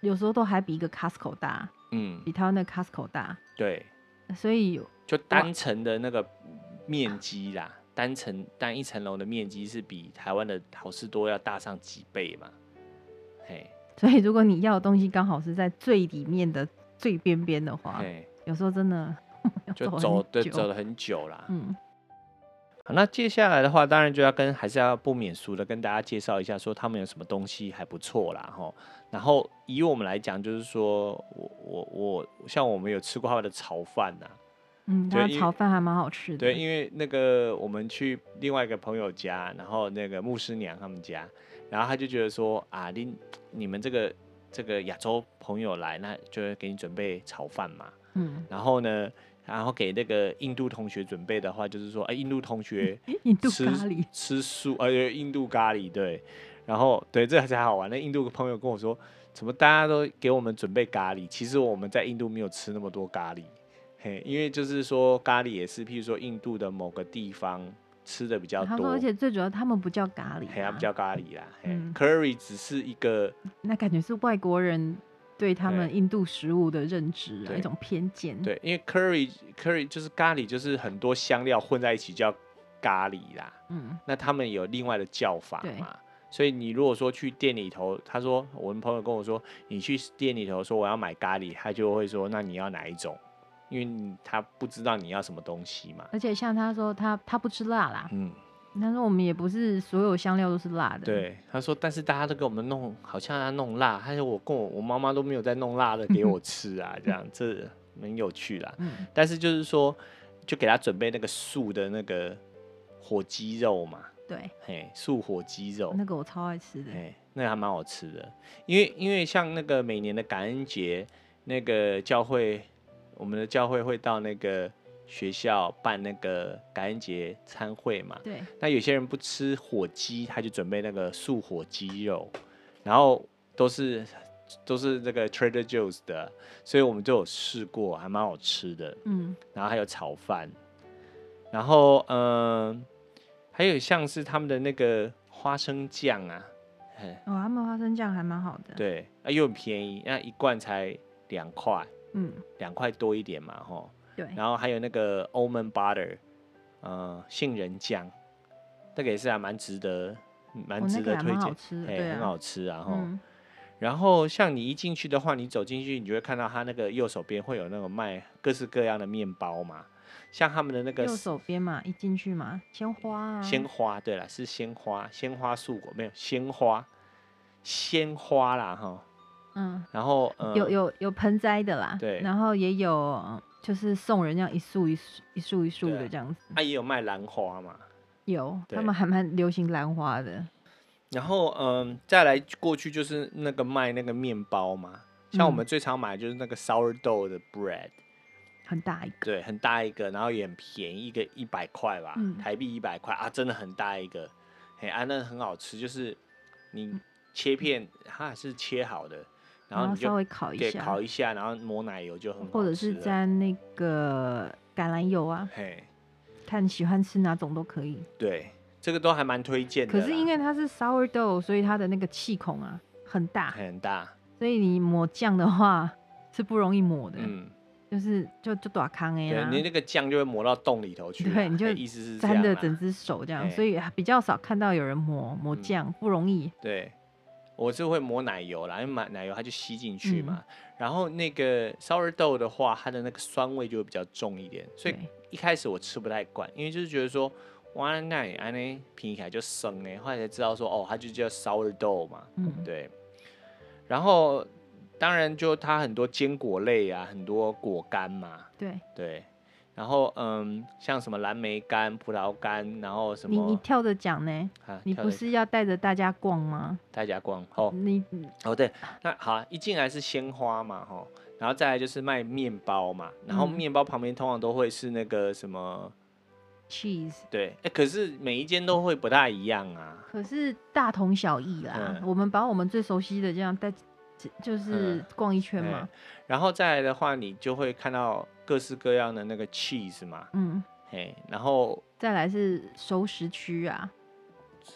[SPEAKER 2] 有时候都还比一个 Costco 大，
[SPEAKER 1] 嗯，
[SPEAKER 2] 比台湾的 Costco 大，
[SPEAKER 1] 对，
[SPEAKER 2] 所以
[SPEAKER 1] 就单层的那个面积啦，单层单一层楼的面积是比台湾的好事多要大上几倍嘛，嘿，
[SPEAKER 2] 所以如果你要的东西刚好是在最里面的最边边的话，
[SPEAKER 1] 嘿，
[SPEAKER 2] 有时候 真的要
[SPEAKER 1] 就
[SPEAKER 2] 很
[SPEAKER 1] 走对
[SPEAKER 2] 久
[SPEAKER 1] 走了很久啦。
[SPEAKER 2] 嗯，
[SPEAKER 1] 好，那接下来的话，当然就要跟还是要不免俗的跟大家介绍一下，说他们有什么东西还不错啦，哈。然后以我们来讲，就是说我我我像我们有吃过他们的炒饭啊呐、
[SPEAKER 2] 嗯，
[SPEAKER 1] 对
[SPEAKER 2] 它
[SPEAKER 1] 因为
[SPEAKER 2] 炒饭还蛮好吃的。
[SPEAKER 1] 对，因为那个我们去另外一个朋友家，然后那个牧师娘他们家，然后他就觉得说啊，你你们这个这个亚洲朋友来，那就会给你准备炒饭嘛。
[SPEAKER 2] 嗯，
[SPEAKER 1] 然后呢，然后给那个印度同学准备的话，就是说，哎，印度同学
[SPEAKER 2] 印度
[SPEAKER 1] 吃
[SPEAKER 2] 咖喱，
[SPEAKER 1] 吃素，呃，印度咖喱对。然后对，这才好玩。那印度朋友跟我说，怎么大家都给我们准备咖喱？其实我们在印度没有吃那么多咖喱，嘿，因为就是说咖喱也是，譬如说印度的某个地方吃的比较
[SPEAKER 2] 他说，
[SPEAKER 1] 多
[SPEAKER 2] 而，且最主要他们不叫咖喱、
[SPEAKER 1] 嘿，它
[SPEAKER 2] 啊，
[SPEAKER 1] 不叫咖喱啦，嘿、
[SPEAKER 2] 嗯
[SPEAKER 1] c u r r y 只是一个
[SPEAKER 2] 那感觉是外国人对他们
[SPEAKER 1] 对
[SPEAKER 2] 印度食物的认知、啊，
[SPEAKER 1] 对
[SPEAKER 2] 一种偏见。，
[SPEAKER 1] 对，因为 curry curry 就是咖喱，就是很多香料混在一起叫咖喱啦。
[SPEAKER 2] 嗯，
[SPEAKER 1] 那他们有另外的叫法
[SPEAKER 2] 对
[SPEAKER 1] 嘛。所以你如果说去店里头，他说我们朋友跟我说，你去店里头说我要买咖喱，他就会说那你要哪一种？因为你他不知道你要什么东西嘛。
[SPEAKER 2] 而且像他说他他不吃辣啦，
[SPEAKER 1] 嗯，
[SPEAKER 2] 他说我们也不是所有香料都是辣的。，
[SPEAKER 1] 对，他说，但是大家都给我们弄，好像要弄辣，他说我跟我我妈妈都没有在弄辣的给我吃啊，这样这很有趣啦。
[SPEAKER 2] 嗯，
[SPEAKER 1] 但是就是说，就给他准备那个素的那个火鸡肉嘛，
[SPEAKER 2] 对，
[SPEAKER 1] 嘿，素火鸡肉，
[SPEAKER 2] 那个我超爱吃的。
[SPEAKER 1] 哎、那还蛮好吃的。因为因为像那个每年的感恩节，那个教会，我们的教会会到那个学校办那个感恩节餐会嘛。
[SPEAKER 2] 对，
[SPEAKER 1] 那有些人不吃火鸡，他就准备那个素火鸡肉，然后都是都是那个 Trader Joe's 的，所以我们就有试过，还蛮好吃的。
[SPEAKER 2] 嗯，
[SPEAKER 1] 然后还有炒饭，然后嗯、呃还有像是他们的那个花生酱啊，嘿
[SPEAKER 2] 哦，他们花生酱还蛮好的。，
[SPEAKER 1] 对，啊又很便宜，那一罐才两块，
[SPEAKER 2] 嗯，
[SPEAKER 1] 两块多一点嘛，吼。
[SPEAKER 2] 对，
[SPEAKER 1] 然后还有那个 almond butter，呃，杏仁酱，那个也是还蛮值得，嗯蛮
[SPEAKER 2] 哦
[SPEAKER 1] 值
[SPEAKER 2] 那个
[SPEAKER 1] 得
[SPEAKER 2] 还
[SPEAKER 1] 推
[SPEAKER 2] 蛮
[SPEAKER 1] 荐，
[SPEAKER 2] 好
[SPEAKER 1] 哎、
[SPEAKER 2] 吃的，对啊，
[SPEAKER 1] 很好吃啊，吼。
[SPEAKER 2] 嗯，
[SPEAKER 1] 然后像你一进去的话，你走进去，你就会看到它那个右手边会有那种卖各式各样的面包嘛，像他们的那个
[SPEAKER 2] 右手边嘛，一进去嘛，鲜花啊，
[SPEAKER 1] 鲜花，对了，是鲜花，鲜花素果没有鲜花，鲜花啦哈。
[SPEAKER 2] 嗯，
[SPEAKER 1] 然后呃，
[SPEAKER 2] 有有有盆栽的啦，
[SPEAKER 1] 对
[SPEAKER 2] 然后也有呃就是送人这样一束一束一束一束
[SPEAKER 1] 对啊
[SPEAKER 2] 的这样子，
[SPEAKER 1] 啊也有卖兰花嘛。
[SPEAKER 2] 有，他
[SPEAKER 1] 对
[SPEAKER 2] 们还蛮流行兰花的，
[SPEAKER 1] 然后嗯、再来过去就是那个卖那个面包嘛，像我
[SPEAKER 2] 嗯
[SPEAKER 1] 们最常买的就是那个 sourdough 的 bread，、
[SPEAKER 2] 很大一个，
[SPEAKER 1] 对，很大一个，然后也很便宜，一个一百块吧，
[SPEAKER 2] 嗯
[SPEAKER 1] 台币一百块啊，真的很大一个，嘿啊，那很好吃，就是你切片它还是切好的，然后
[SPEAKER 2] 嗯后
[SPEAKER 1] 你就
[SPEAKER 2] 稍微烤一
[SPEAKER 1] 对
[SPEAKER 2] 下，
[SPEAKER 1] 烤一下，然后抹奶油就很好吃了，
[SPEAKER 2] 或者是沾那个橄榄油啊，
[SPEAKER 1] 嘿，
[SPEAKER 2] 看喜欢吃哪种都可以。
[SPEAKER 1] 对，这个都还蛮推荐的
[SPEAKER 2] 可
[SPEAKER 1] 啦。
[SPEAKER 2] 是因为它是 sourdough，所以它的那个气孔啊很大，
[SPEAKER 1] 很大，
[SPEAKER 2] 所以你抹酱的话是不容易抹的，
[SPEAKER 1] 嗯，
[SPEAKER 2] 就是就就短康哎
[SPEAKER 1] 对
[SPEAKER 2] 啦，
[SPEAKER 1] 你那个酱就会磨到洞里头去啦，
[SPEAKER 2] 对你就
[SPEAKER 1] 哎意思是这
[SPEAKER 2] 沾
[SPEAKER 1] 样
[SPEAKER 2] 着
[SPEAKER 1] 啦
[SPEAKER 2] 整只手这样，
[SPEAKER 1] 哎
[SPEAKER 2] 所以比较少看到有人抹抹
[SPEAKER 1] 嗯
[SPEAKER 2] 酱，不容易。
[SPEAKER 1] 对，我是会抹奶油啦，因为买奶油它就吸进去
[SPEAKER 2] 嗯
[SPEAKER 1] 嘛。然后那个 sourdough 的话，它的那个酸味就会比较重一点，所以
[SPEAKER 2] 对
[SPEAKER 1] 一开始我吃不太惯，因为就是觉得说，哇，那安呢拼起来就生呢，后来才知道说，哦，它就叫 sourdough 嘛，
[SPEAKER 2] 嗯，
[SPEAKER 1] 对。然后当然就它很多坚果类啊，很多果干嘛，
[SPEAKER 2] 对
[SPEAKER 1] 对。然后嗯，像什么蓝莓干、葡萄干，然后什
[SPEAKER 2] 你你
[SPEAKER 1] 么
[SPEAKER 2] 跳着讲呢，
[SPEAKER 1] 啊，
[SPEAKER 2] 你
[SPEAKER 1] 跳
[SPEAKER 2] 不
[SPEAKER 1] 着
[SPEAKER 2] 是嗯要带着大家逛吗？
[SPEAKER 1] 大家逛哦，
[SPEAKER 2] 你
[SPEAKER 1] 哦，对，那好啊，一进来是鲜花嘛，吼，然后再来就是卖面包嘛，然后
[SPEAKER 2] 嗯
[SPEAKER 1] 面包旁边通常都会是那个什么，
[SPEAKER 2] cheese，
[SPEAKER 1] 对，哎，可是每一间都会不太一样啊，
[SPEAKER 2] 可是大同小异啦。
[SPEAKER 1] 嗯
[SPEAKER 2] 我们把我们最熟悉的这样带，就是
[SPEAKER 1] 嗯
[SPEAKER 2] 逛一圈嘛。
[SPEAKER 1] 然后再来的话，你就会看到各式各样的那个 cheese 嘛，
[SPEAKER 2] 嗯，
[SPEAKER 1] 嘿，然后
[SPEAKER 2] 再来是熟食区啊，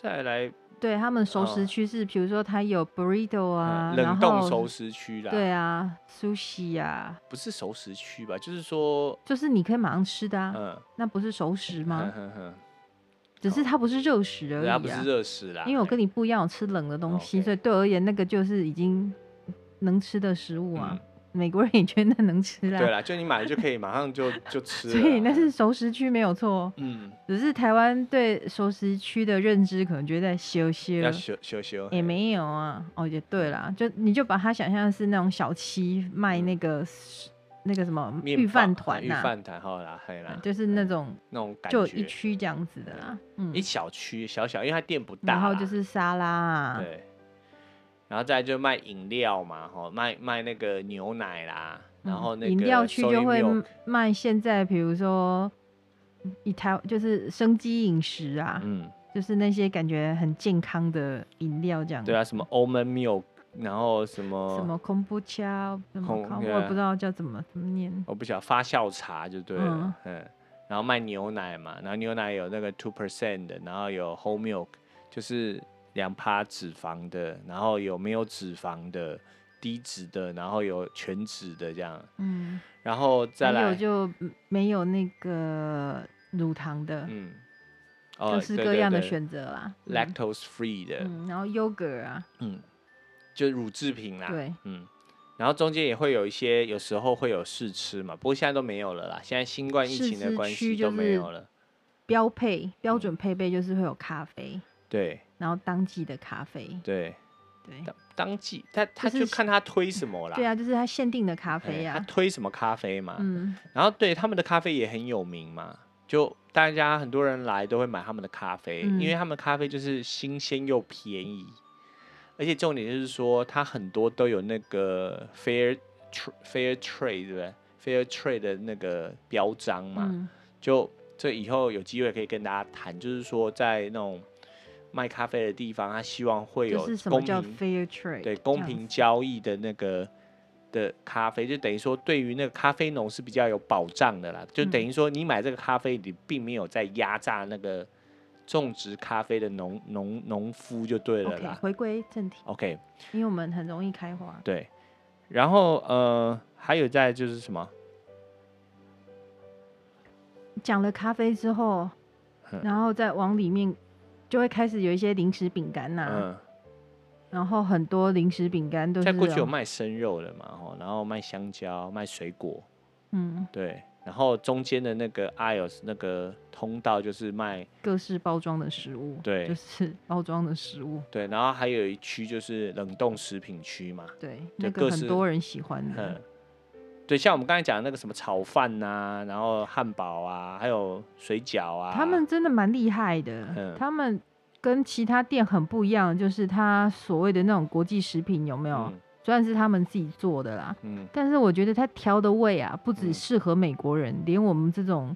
[SPEAKER 1] 再来、
[SPEAKER 2] 对他们熟食
[SPEAKER 1] 哦
[SPEAKER 2] 区是，比如说它有 burrito 啊，
[SPEAKER 1] 嗯
[SPEAKER 2] 然
[SPEAKER 1] 冷冻
[SPEAKER 2] 后
[SPEAKER 1] 熟食区啦，
[SPEAKER 2] 对啊，sushi 啊，
[SPEAKER 1] 不是熟食区吧，就是说，
[SPEAKER 2] 就是你可以马上吃的啊，
[SPEAKER 1] 嗯，
[SPEAKER 2] 那不是熟食
[SPEAKER 1] 哼
[SPEAKER 2] 吗？
[SPEAKER 1] 哼哼，
[SPEAKER 2] 只是它不是热食而
[SPEAKER 1] 对
[SPEAKER 2] 已
[SPEAKER 1] 它
[SPEAKER 2] 啊，
[SPEAKER 1] 不是热食啦，
[SPEAKER 2] 因为我跟
[SPEAKER 1] 你
[SPEAKER 2] 你不一样，我吃冷的东西，
[SPEAKER 1] OK
[SPEAKER 2] 所以对我而言那个就是已经能吃的食物啊
[SPEAKER 1] 嗯。
[SPEAKER 2] 美国人也觉得那能吃
[SPEAKER 1] 对
[SPEAKER 2] 啦，
[SPEAKER 1] 啦，就你买了就可以马上就就吃了啦，
[SPEAKER 2] 所以那是熟食区没有错哦。
[SPEAKER 1] 嗯，
[SPEAKER 2] 只是台湾对熟食区的认知可能觉得在羞羞，
[SPEAKER 1] 要哎修修修，
[SPEAKER 2] 也没有啊。哦，也对啦，就你就把它想象是那种小七卖那个、那个什么
[SPEAKER 1] 嗯面
[SPEAKER 2] 御
[SPEAKER 1] 包
[SPEAKER 2] 饭
[SPEAKER 1] 嗯
[SPEAKER 2] 团
[SPEAKER 1] 御
[SPEAKER 2] 呐、嗯
[SPEAKER 1] 饭团好啦，嘿啦，
[SPEAKER 2] 就是那种
[SPEAKER 1] 那种感
[SPEAKER 2] 就
[SPEAKER 1] 觉，
[SPEAKER 2] 一区这样子的啦。嗯
[SPEAKER 1] 一，小区小小，因为它店不大啦，
[SPEAKER 2] 然后就是沙拉啊，
[SPEAKER 1] 对，然后再来就卖饮料嘛，哈，卖卖那个牛奶啦，然后那个
[SPEAKER 2] 嗯饮料区
[SPEAKER 1] soy
[SPEAKER 2] 就会
[SPEAKER 1] milk，
[SPEAKER 2] 卖现在，比如说以台就是生机饮食啊，
[SPEAKER 1] 嗯，
[SPEAKER 2] 就是那些感觉很健康的饮料这样。
[SPEAKER 1] 对啊，什么 almond milk，然后什么
[SPEAKER 2] 什么空不掐，什么
[SPEAKER 1] 空
[SPEAKER 2] 康，我
[SPEAKER 1] 对
[SPEAKER 2] 也
[SPEAKER 1] 啊哦
[SPEAKER 2] 不知道叫怎么怎么念。
[SPEAKER 1] 我不晓得发酵茶就对了，嗯然后卖牛奶嘛，然后牛奶有那个 two percent 的，然后有 whole milk，就是两趴脂肪的，然后有没有脂肪的，低脂的，然后有全脂的这样，
[SPEAKER 2] 嗯，
[SPEAKER 1] 然后再
[SPEAKER 2] 还有
[SPEAKER 1] 来，
[SPEAKER 2] 就嗯没有那个乳糖的，
[SPEAKER 1] 嗯，哦
[SPEAKER 2] 各式各样的。
[SPEAKER 1] 对对对
[SPEAKER 2] 选择啦。嗯
[SPEAKER 1] lactose free 的，
[SPEAKER 2] 嗯，然后 yogurt 啊，
[SPEAKER 1] 嗯，就乳制品啦，
[SPEAKER 2] 对，
[SPEAKER 1] 嗯，然后中间也会有一些，有时候会有试吃嘛，不过现在都没有了啦，现在新冠疫
[SPEAKER 2] 试
[SPEAKER 1] 情的
[SPEAKER 2] 吃
[SPEAKER 1] 关
[SPEAKER 2] 区
[SPEAKER 1] 系
[SPEAKER 2] 就
[SPEAKER 1] 都没
[SPEAKER 2] 是
[SPEAKER 1] 有了，
[SPEAKER 2] 标配标
[SPEAKER 1] 嗯
[SPEAKER 2] 准配备就是会有咖啡，
[SPEAKER 1] 对
[SPEAKER 2] 然后当季的咖啡，
[SPEAKER 1] 对，
[SPEAKER 2] 对
[SPEAKER 1] 当当季，他他
[SPEAKER 2] 就
[SPEAKER 1] 就是看他推什么啦，
[SPEAKER 2] 对啊，就是它限定的咖
[SPEAKER 1] 哎啊
[SPEAKER 2] 啡
[SPEAKER 1] 他
[SPEAKER 2] 啊，
[SPEAKER 1] 推什么咖啡嘛，
[SPEAKER 2] 嗯，
[SPEAKER 1] 然后对他们的咖啡也很有名嘛，就大家很多人来都会买他们的咖啡，
[SPEAKER 2] 嗯
[SPEAKER 1] 因为他们的咖啡就是新鲜又便宜，而且重点就是说它很多都有那个 fair tr- fair trade 对不对？fair trade 的那个标章嘛，
[SPEAKER 2] 嗯
[SPEAKER 1] 就这以后有机会可以跟大家谈，就是说在那种卖咖啡的地方，他希望会有
[SPEAKER 2] 就是什么
[SPEAKER 1] 公
[SPEAKER 2] 叫
[SPEAKER 1] 平
[SPEAKER 2] fair trade？
[SPEAKER 1] 对
[SPEAKER 2] 这
[SPEAKER 1] 公
[SPEAKER 2] 样
[SPEAKER 1] 平
[SPEAKER 2] 子
[SPEAKER 1] 交易的那个的咖啡，就等于说对于那个咖啡农是比较有保障的啦，就等
[SPEAKER 2] 嗯
[SPEAKER 1] 于说你买这个咖啡，你并没有在压榨那个种植咖啡的农农农夫就对了
[SPEAKER 2] OK，
[SPEAKER 1] 啦。
[SPEAKER 2] 回归正题，
[SPEAKER 1] OK，,
[SPEAKER 2] 因为我们很容易开花。
[SPEAKER 1] 对，然后呃还有在就是什么，
[SPEAKER 2] 讲了咖啡之后，
[SPEAKER 1] 嗯
[SPEAKER 2] 然后再往里面就会开始有一些零食饼干呐、
[SPEAKER 1] 嗯，
[SPEAKER 2] 然后很多零食饼干都是
[SPEAKER 1] 在过去有
[SPEAKER 2] 哦
[SPEAKER 1] 卖生肉的嘛，哦，然后卖香蕉，卖水果，
[SPEAKER 2] 嗯
[SPEAKER 1] 对，然后中间的那个 aisle 那个通道就是卖
[SPEAKER 2] 各式包装的食物，
[SPEAKER 1] 对
[SPEAKER 2] 就是 包装的食物，
[SPEAKER 1] 对，然后还有一区就是冷冻食品区嘛，
[SPEAKER 2] 对，
[SPEAKER 1] 对
[SPEAKER 2] 那
[SPEAKER 1] 各
[SPEAKER 2] 个很
[SPEAKER 1] 式
[SPEAKER 2] 多人喜欢的
[SPEAKER 1] 嗯，，对，像我们刚才讲的那个什么炒饭呐、然后汉堡啊，还有水饺啊，
[SPEAKER 2] 他们真的蛮厉害的，
[SPEAKER 1] 嗯
[SPEAKER 2] 他们。跟其他店很不一样，就是他所谓的那种国际食品有没有？
[SPEAKER 1] 嗯
[SPEAKER 2] 虽然是他们自己做的啦，
[SPEAKER 1] 嗯
[SPEAKER 2] 但是我觉得他调的味啊，不只
[SPEAKER 1] 嗯
[SPEAKER 2] 适合美国人，连我们这种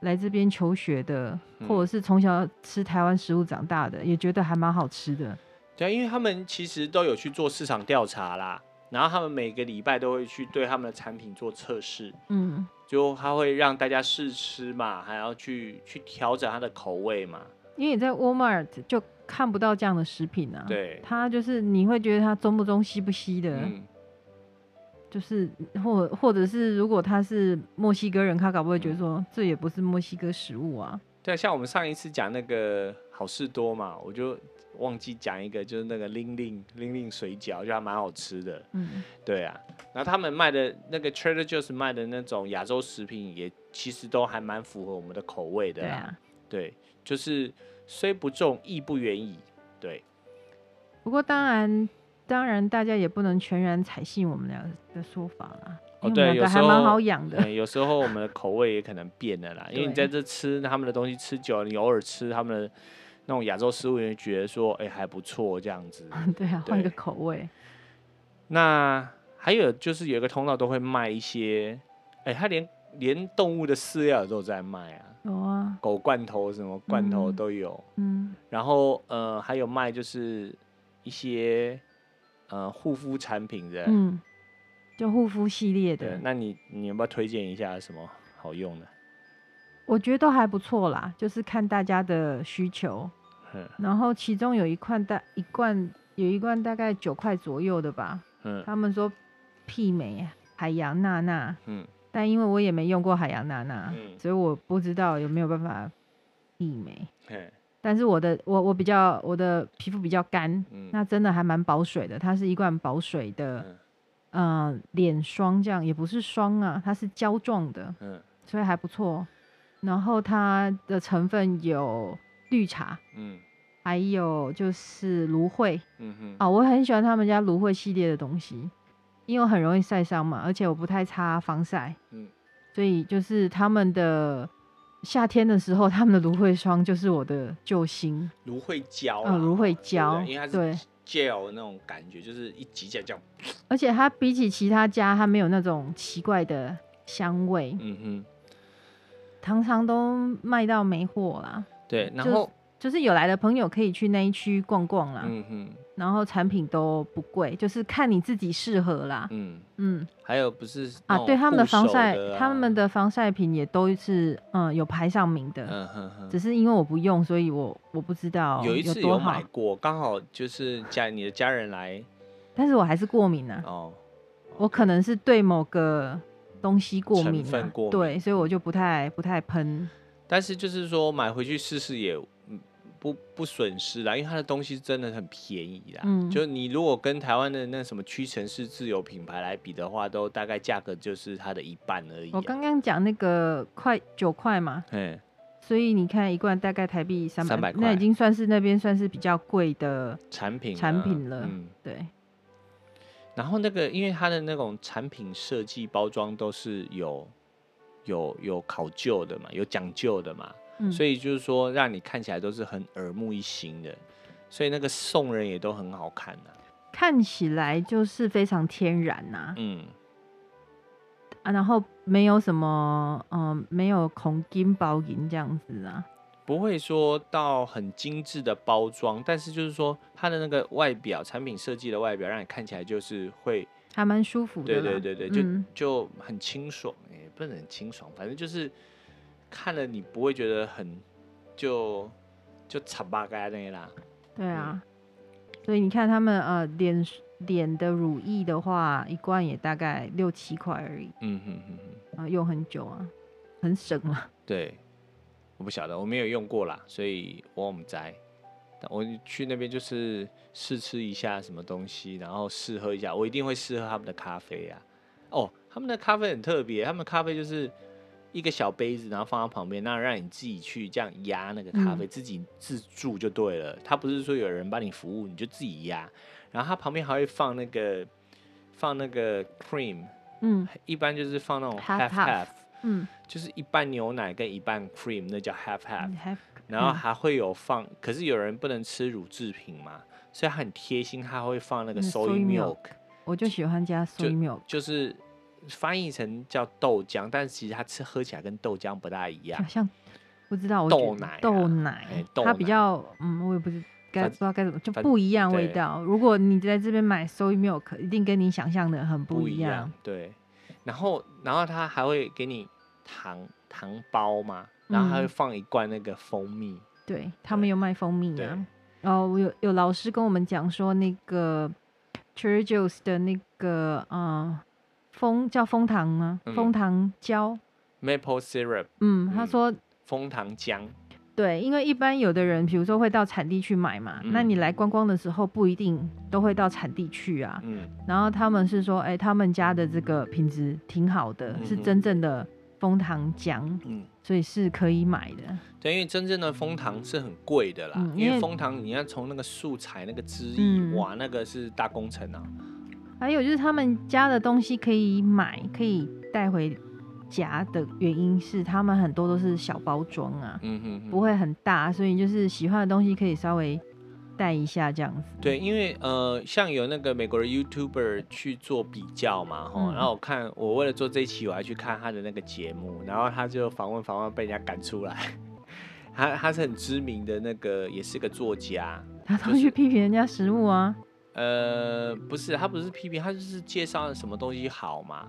[SPEAKER 2] 来这边求学的，
[SPEAKER 1] 嗯
[SPEAKER 2] 或者是从小吃台湾食物长大的，也觉得还蛮好吃的。
[SPEAKER 1] 对，因为他们其实都有去做市场调查啦，然后他们每个礼拜都会去对他们的产品做测试，
[SPEAKER 2] 嗯，
[SPEAKER 1] 就他会让大家试吃嘛，还要去去调整它的口味嘛，
[SPEAKER 2] 因为你在 Walmart 就看不到这样的食品啊。，
[SPEAKER 1] 对，
[SPEAKER 2] 它就是你会觉得它中不中西不西的，
[SPEAKER 1] 嗯，
[SPEAKER 2] 就是或或者是如果他是墨西哥人，他搞不会
[SPEAKER 1] 嗯
[SPEAKER 2] 觉得说这也不是墨西哥食物啊。
[SPEAKER 1] 对，像我们上一次讲那个好事多嘛，我就忘记讲一个，就是那个玲玲玲玲水饺，就还蛮好吃的。
[SPEAKER 2] 嗯，
[SPEAKER 1] 对啊，然后他们卖的那个 Trader Joe's 卖的那种亚洲食品，也其实都还蛮符合我们的口味的
[SPEAKER 2] 对
[SPEAKER 1] 啦。
[SPEAKER 2] 啊。
[SPEAKER 1] 对，就是虽不中，亦不远矣。对，
[SPEAKER 2] 不过当然，当然大家也不能全然采信我们俩的说法啦。
[SPEAKER 1] 哦
[SPEAKER 2] 因为
[SPEAKER 1] 对
[SPEAKER 2] 我们
[SPEAKER 1] 有
[SPEAKER 2] 俩
[SPEAKER 1] 时
[SPEAKER 2] 还蛮
[SPEAKER 1] 候
[SPEAKER 2] 好养的。
[SPEAKER 1] 嗯，有时候我们的口味也可能变了 啦，因为你在
[SPEAKER 2] 对
[SPEAKER 1] 这吃他们的东西吃久了，你偶尔吃他们的那种亚洲食物，你就觉得说，哎、还不错这样 子。
[SPEAKER 2] 对啊，换一个
[SPEAKER 1] 对
[SPEAKER 2] 口味。
[SPEAKER 1] 那还有就是有一个通道都会卖一些，哎、他连连动物的饲料都有在卖啊，
[SPEAKER 2] 有啊，
[SPEAKER 1] 狗罐头什么罐头
[SPEAKER 2] 嗯
[SPEAKER 1] 都有。
[SPEAKER 2] 嗯，
[SPEAKER 1] 然后呃，还有卖就是一些呃护肤产品的。
[SPEAKER 2] 嗯，就护肤系列
[SPEAKER 1] 对
[SPEAKER 2] 的，，
[SPEAKER 1] 那你你要不要推荐一下什么好用的？
[SPEAKER 2] 我觉得都还不错啦，就是看大家的需求。
[SPEAKER 1] 嗯
[SPEAKER 2] 然后其中有一罐大一罐有一罐大概九块左右的吧，
[SPEAKER 1] 嗯
[SPEAKER 2] 他们说媲美海洋娜娜，
[SPEAKER 1] 嗯
[SPEAKER 2] 但因为我也没用过海洋娜娜，
[SPEAKER 1] 嗯
[SPEAKER 2] 所以我不知道有没有办法媲美。
[SPEAKER 1] 嘿
[SPEAKER 2] 但是我的我我比较我的皮肤比较干，
[SPEAKER 1] 嗯
[SPEAKER 2] 那真的还蛮保水的，它是一罐保水的
[SPEAKER 1] 嗯
[SPEAKER 2] 呃脸霜，这样也不是霜啊，它是胶状的，
[SPEAKER 1] 嗯
[SPEAKER 2] 所以还不错。然后它的成分有绿茶，
[SPEAKER 1] 嗯
[SPEAKER 2] 还有就是芦荟
[SPEAKER 1] 嗯
[SPEAKER 2] 啊、我很喜欢他们家芦荟系列的东西，因为我很容易晒伤嘛，而且我不太擦防晒，
[SPEAKER 1] 嗯
[SPEAKER 2] 所以就是他们的夏天的时候，他们的芦荟霜就是我的救星。
[SPEAKER 1] 芦荟胶
[SPEAKER 2] 啊，
[SPEAKER 1] 啦
[SPEAKER 2] 芦
[SPEAKER 1] 对
[SPEAKER 2] 荟
[SPEAKER 1] 不对
[SPEAKER 2] 胶，
[SPEAKER 1] 因为它
[SPEAKER 2] 对
[SPEAKER 1] 是 gel 那种感觉，就是一挤起来这样，
[SPEAKER 2] 而且它比起其他家，它没有那种奇怪的香味，
[SPEAKER 1] 嗯
[SPEAKER 2] 常常都卖到没货啦。
[SPEAKER 1] 哼，对，然
[SPEAKER 2] 就
[SPEAKER 1] 后
[SPEAKER 2] 就是啊有来的朋友可以去那一区逛逛啦，
[SPEAKER 1] 嗯哼
[SPEAKER 2] 然后产品都不贵，就是看你自己适合啦。
[SPEAKER 1] 嗯，
[SPEAKER 2] 嗯
[SPEAKER 1] 还有不是那
[SPEAKER 2] 啊，
[SPEAKER 1] 种
[SPEAKER 2] 对他们的
[SPEAKER 1] 护
[SPEAKER 2] 防
[SPEAKER 1] 手
[SPEAKER 2] 晒，
[SPEAKER 1] 啊
[SPEAKER 2] 他们的防晒品也都是嗯有排上名的，
[SPEAKER 1] 嗯哼哼
[SPEAKER 2] 只是因为我不用，所以我我不知道
[SPEAKER 1] 有一次
[SPEAKER 2] 多
[SPEAKER 1] 有
[SPEAKER 2] 好
[SPEAKER 1] 买，过，刚好就是家你的家人来
[SPEAKER 2] 但是我还是过敏啊。
[SPEAKER 1] 哦，
[SPEAKER 2] 我可能是对某个东西过敏、啊，
[SPEAKER 1] 成分过敏
[SPEAKER 2] 对，所以我就不太不太喷。
[SPEAKER 1] 但是就是说买回去试试也嗯不不损失啦，因为它的东西真的很便宜啦。
[SPEAKER 2] 嗯
[SPEAKER 1] 就你如果跟台湾的那什么屈臣氏自有品牌来比的话，都大概价格就是它的一半而已、啊。
[SPEAKER 2] 我刚刚讲那个块九块嘛，
[SPEAKER 1] 嗯
[SPEAKER 2] 所以你看一罐大概台币三
[SPEAKER 1] 300
[SPEAKER 2] 百
[SPEAKER 1] 块，
[SPEAKER 2] 那已经算是那边算是比较贵的，
[SPEAKER 1] 产品啊
[SPEAKER 2] 产品了
[SPEAKER 1] 嗯，
[SPEAKER 2] 对，
[SPEAKER 1] 然后那个因为它的那种产品设计包装都是有有有考究的嘛，有讲究的嘛，
[SPEAKER 2] 嗯，
[SPEAKER 1] 所
[SPEAKER 2] 以
[SPEAKER 1] 以就是说让你看起来都是很耳目一新的，所以那个送人也都很好看呐、
[SPEAKER 2] 看起来就是非常天然呐、啊
[SPEAKER 1] 嗯
[SPEAKER 2] 然后没有什么，嗯、没有孔金包银这样子啊，
[SPEAKER 1] 不会说到很精致的包装，但是就是说它的那个外表，产品设计的外表，让你看起来就是会，
[SPEAKER 2] 还蛮舒服的
[SPEAKER 1] 对
[SPEAKER 2] 啦。
[SPEAKER 1] 对对对，就、
[SPEAKER 2] 嗯
[SPEAKER 1] 就很清爽，也不能很清爽，反正就是看了你不会觉得很就就惨吧该那啦，
[SPEAKER 2] 对啊，
[SPEAKER 1] 嗯
[SPEAKER 2] 所以你看他们呃脸脸的乳液的话，一罐也大概六七块而已，
[SPEAKER 1] 嗯哼哼哼，
[SPEAKER 2] 啊、用很久啊，很省啊。
[SPEAKER 1] 对，我不晓得，我没有用过啦，所以我们在。但我去那边就是试吃一下什么东西，然后试喝一下，我一定会试喝他们的咖啡啊。哦，他们的咖啡很特别，他们咖啡就是一个小杯子，然后放在旁边，那让你自己去这样压那个咖啡，自己自助就对了。他不是说有人帮你服务，你就自己压。然后它旁边还会放那个放那个 cream，
[SPEAKER 2] 嗯
[SPEAKER 1] 一般就是放那种 half
[SPEAKER 2] Half-half
[SPEAKER 1] half，
[SPEAKER 2] 嗯
[SPEAKER 1] 就是一半牛奶跟一半 cream，那叫 half half。
[SPEAKER 2] 你还
[SPEAKER 1] 然后
[SPEAKER 2] 嗯
[SPEAKER 1] 还会有放，可是有人不能吃乳制品嘛，所以他很贴心，他会放那个
[SPEAKER 2] 嗯
[SPEAKER 1] soy
[SPEAKER 2] soy
[SPEAKER 1] milk，
[SPEAKER 2] 我就喜欢加 soy milk，
[SPEAKER 1] 就是翻译成叫豆浆，但其实它吃喝起来跟豆浆不大一样
[SPEAKER 2] 好。像不知道我
[SPEAKER 1] 豆
[SPEAKER 2] 觉得
[SPEAKER 1] 奶啊
[SPEAKER 2] 豆
[SPEAKER 1] 哎
[SPEAKER 2] 奶，
[SPEAKER 1] 豆
[SPEAKER 2] 它比
[SPEAKER 1] 奶
[SPEAKER 2] 较嗯，我也不知
[SPEAKER 1] 反
[SPEAKER 2] 该不知道该怎么，就
[SPEAKER 1] 反
[SPEAKER 2] 不一样味
[SPEAKER 1] 对
[SPEAKER 2] 道。如果你在这边买 soy milk，一定跟你想象的很
[SPEAKER 1] 不
[SPEAKER 2] 一
[SPEAKER 1] 样。。对，然后然后他还会给你糖糖包嘛，然后还会
[SPEAKER 2] 嗯
[SPEAKER 1] 放一罐那个蜂蜜。
[SPEAKER 2] 对他们
[SPEAKER 1] 对
[SPEAKER 2] 有卖蜂蜜
[SPEAKER 1] 对
[SPEAKER 2] 啊。哦，我有有老师跟我们讲说，那个 Trader Joe's 的那个嗯枫叫枫糖吗
[SPEAKER 1] 嗯？
[SPEAKER 2] 枫糖胶，
[SPEAKER 1] maple syrup
[SPEAKER 2] 嗯，他
[SPEAKER 1] 嗯
[SPEAKER 2] 说
[SPEAKER 1] 枫糖浆，
[SPEAKER 2] 对，因为一般有的人，比如说会到产地去买嘛，那
[SPEAKER 1] 嗯
[SPEAKER 2] 你来观光的时候不一定都会到产地去啊。
[SPEAKER 1] 嗯
[SPEAKER 2] 然后他们是说，哎、他们家的这个品质挺好的，是
[SPEAKER 1] 嗯哼
[SPEAKER 2] 真正的枫糖浆，
[SPEAKER 1] 嗯，
[SPEAKER 2] 所以是可以买的。
[SPEAKER 1] 对，因为真正的枫糖是很贵的啦，
[SPEAKER 2] 嗯
[SPEAKER 1] 因
[SPEAKER 2] 因
[SPEAKER 1] 为
[SPEAKER 2] 为
[SPEAKER 1] 枫糖你要从那个树采那个枝叶，
[SPEAKER 2] 嗯
[SPEAKER 1] 哇，那个是大工程啊，
[SPEAKER 2] 还有就是他们家的东西可以买，可以带回家的原因是他们很多都是小包装啊，
[SPEAKER 1] 嗯哼哼
[SPEAKER 2] 不会很大，所以就是喜欢的东西可以稍微带一下这样子。
[SPEAKER 1] 对，因为呃，像有那个美国的 YouTuber 去做比较嘛，哈、
[SPEAKER 2] 嗯
[SPEAKER 1] 然后我看我为了做这一期，我还去看他的那个节目，然后他就访问访问被人家赶出来。 他他是很知名的那个，也是个作家。
[SPEAKER 2] 他
[SPEAKER 1] 就
[SPEAKER 2] 都
[SPEAKER 1] 是嗯
[SPEAKER 2] 去批评人家食物啊，
[SPEAKER 1] 呃，不是，他不是批评，他就是介绍什么东西好嘛，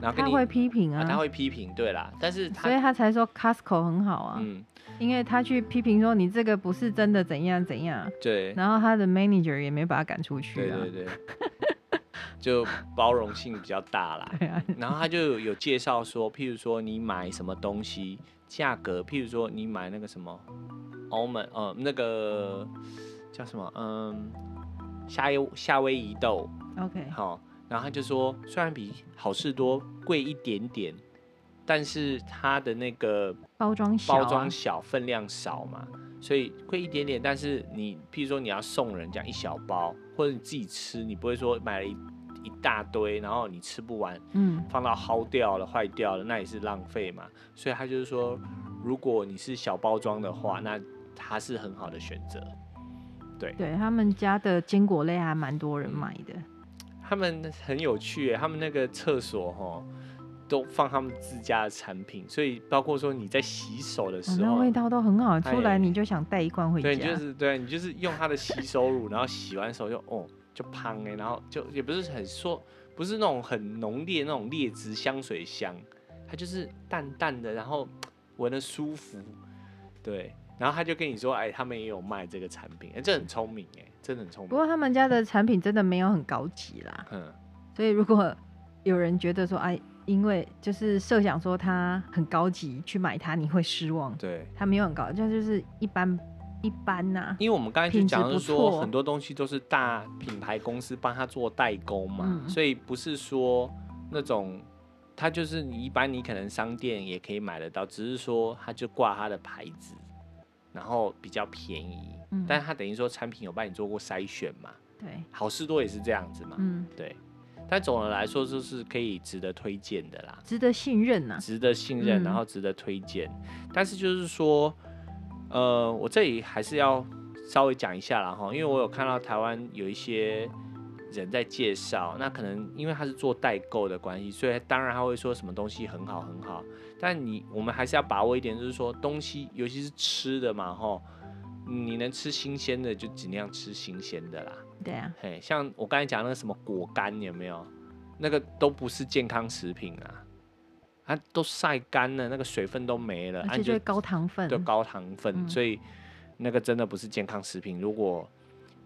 [SPEAKER 1] 然后跟
[SPEAKER 2] 他
[SPEAKER 1] 你
[SPEAKER 2] 会批评
[SPEAKER 1] 啊他
[SPEAKER 2] 啊，
[SPEAKER 1] 会批评，对啦，但是
[SPEAKER 2] 所以
[SPEAKER 1] 他
[SPEAKER 2] 他才说 Costco 很好啊，
[SPEAKER 1] 嗯，
[SPEAKER 2] 因为他去批评说你这个不是真的怎样怎样，
[SPEAKER 1] 对，
[SPEAKER 2] 然后他的 manager 也没把他赶出去
[SPEAKER 1] 对
[SPEAKER 2] 啊
[SPEAKER 1] 对。对， 就包容性比较大啦。
[SPEAKER 2] 对啊，
[SPEAKER 1] 然后他就有有介绍说，譬如说你买什么东西，价格，譬如说你买那个什么澳门，呃，那个叫什么，嗯，夏威夏威夷豆，
[SPEAKER 2] OK，
[SPEAKER 1] 好、然后他就说，虽然比好事多贵一点点，但是它的那个
[SPEAKER 2] 包装小、啊，
[SPEAKER 1] 包装小，分量少嘛，所以贵一点点。但是你，譬如说你要送人家一小包，或者你自己吃，你不会说买了一一大堆，然后你吃不完，
[SPEAKER 2] 嗯，
[SPEAKER 1] 放到齁掉了、坏掉了，那也是浪费嘛。所以他就是说，如果你是小包装的话，那它是很好的选择。
[SPEAKER 2] 对他们家的坚果类还蛮多人
[SPEAKER 1] 嗯
[SPEAKER 2] 买的，哦
[SPEAKER 1] 他们很有趣耶，他们那个厕所哈。都放他们自家的产品，所以包括说你在洗手的
[SPEAKER 2] 哦、
[SPEAKER 1] 时
[SPEAKER 2] 那
[SPEAKER 1] 候，
[SPEAKER 2] 味道都很好，
[SPEAKER 1] 哎
[SPEAKER 2] 出来你就想带一罐回家。
[SPEAKER 1] 对，你就是对你就是用它的洗手乳，然后洗完手就哦就胖哎、然后就也不是很说不是那种很浓烈那种劣质香水香，它就是淡淡的，然后闻得舒服，对，然后他就跟你说，哎，他们也有卖这个产品，哎、这很聪明哎、真的很聪
[SPEAKER 2] 不
[SPEAKER 1] 明
[SPEAKER 2] 过，他们家的产品真的没有很高级啦，
[SPEAKER 1] 嗯，
[SPEAKER 2] 所以如果有人觉得说，哎，因为就是设想说它很高级，去买它你会失望，
[SPEAKER 1] 对。
[SPEAKER 2] 它没有很高，就就是一般一般呐、
[SPEAKER 1] 因为我们刚才就
[SPEAKER 2] 品质
[SPEAKER 1] 讲的是
[SPEAKER 2] 不
[SPEAKER 1] 说，
[SPEAKER 2] 错
[SPEAKER 1] 很多东西都是大品牌公司帮他做代工嘛，
[SPEAKER 2] 嗯
[SPEAKER 1] 所以不是说那种，它就是你一般你可能商店也可以买得到，只是说它就挂它的牌子，然后比较便宜，
[SPEAKER 2] 嗯
[SPEAKER 1] 但它等于说产品有帮你做过筛选嘛，
[SPEAKER 2] 对，
[SPEAKER 1] 好事多也是这样子嘛，
[SPEAKER 2] 嗯，
[SPEAKER 1] 对，但总的来说就是可以值得推荐的啦。
[SPEAKER 2] 值得信任呐、
[SPEAKER 1] 值得信任，
[SPEAKER 2] 嗯
[SPEAKER 1] 然后值得推荐。但是就是说，呃，我这里还是要稍微讲一下啦哈，因为我有看到台湾有一些人在介绍，那可能因为他是做代购的关系，所以当然他会说什么东西很好很好。但你我们还是要把握一点，就是说东西，尤其是吃的嘛哈，你能吃新鲜的就尽量吃新鲜的啦。
[SPEAKER 2] 对啊，
[SPEAKER 1] 嘿，像我刚才讲那个什么果干有没有？那个都不是健康食品啊，它都晒干了，那个水分都没了，啊
[SPEAKER 2] 而且
[SPEAKER 1] 你
[SPEAKER 2] 就是高糖分，
[SPEAKER 1] 就高糖分，
[SPEAKER 2] 嗯
[SPEAKER 1] 所以那个真的不是健康食品。如果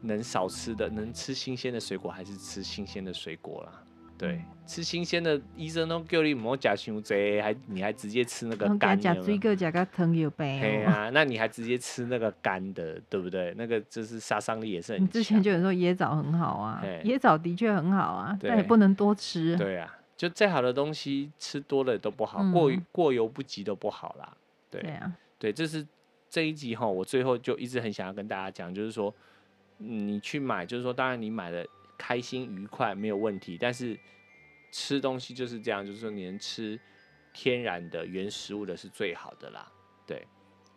[SPEAKER 1] 能少吃的，能吃新鲜的水果，还是吃新鲜的水果啦。
[SPEAKER 2] 嗯
[SPEAKER 1] 对，吃新鲜的，医生都叫你莫吃伤济，还你还直接吃那个
[SPEAKER 2] 然后给他
[SPEAKER 1] 干
[SPEAKER 2] 加
[SPEAKER 1] 的。
[SPEAKER 2] 追个加个糖有
[SPEAKER 1] 嘿
[SPEAKER 2] 呗、哦。
[SPEAKER 1] 啊，那你还直接吃那个干的，对不对？那个就是杀伤力也是很
[SPEAKER 2] 你
[SPEAKER 1] 强。
[SPEAKER 2] 之前就有说椰枣很好啊
[SPEAKER 1] 嘿，
[SPEAKER 2] 椰枣的确很好啊，
[SPEAKER 1] 对
[SPEAKER 2] 但也不能多吃。
[SPEAKER 1] 对啊，就再好的东西吃多了都不好，过于
[SPEAKER 2] 嗯
[SPEAKER 1] 过犹不及都不好啦。对
[SPEAKER 2] 对啊，
[SPEAKER 1] 对，这是这一集哈，我最后就一直很想要跟大家讲，就是说，嗯你去买，就是说，当然你买的开心愉快没有问题，但是吃东西就是这样，就是说你能吃天然的原食物的是最好的啦。对，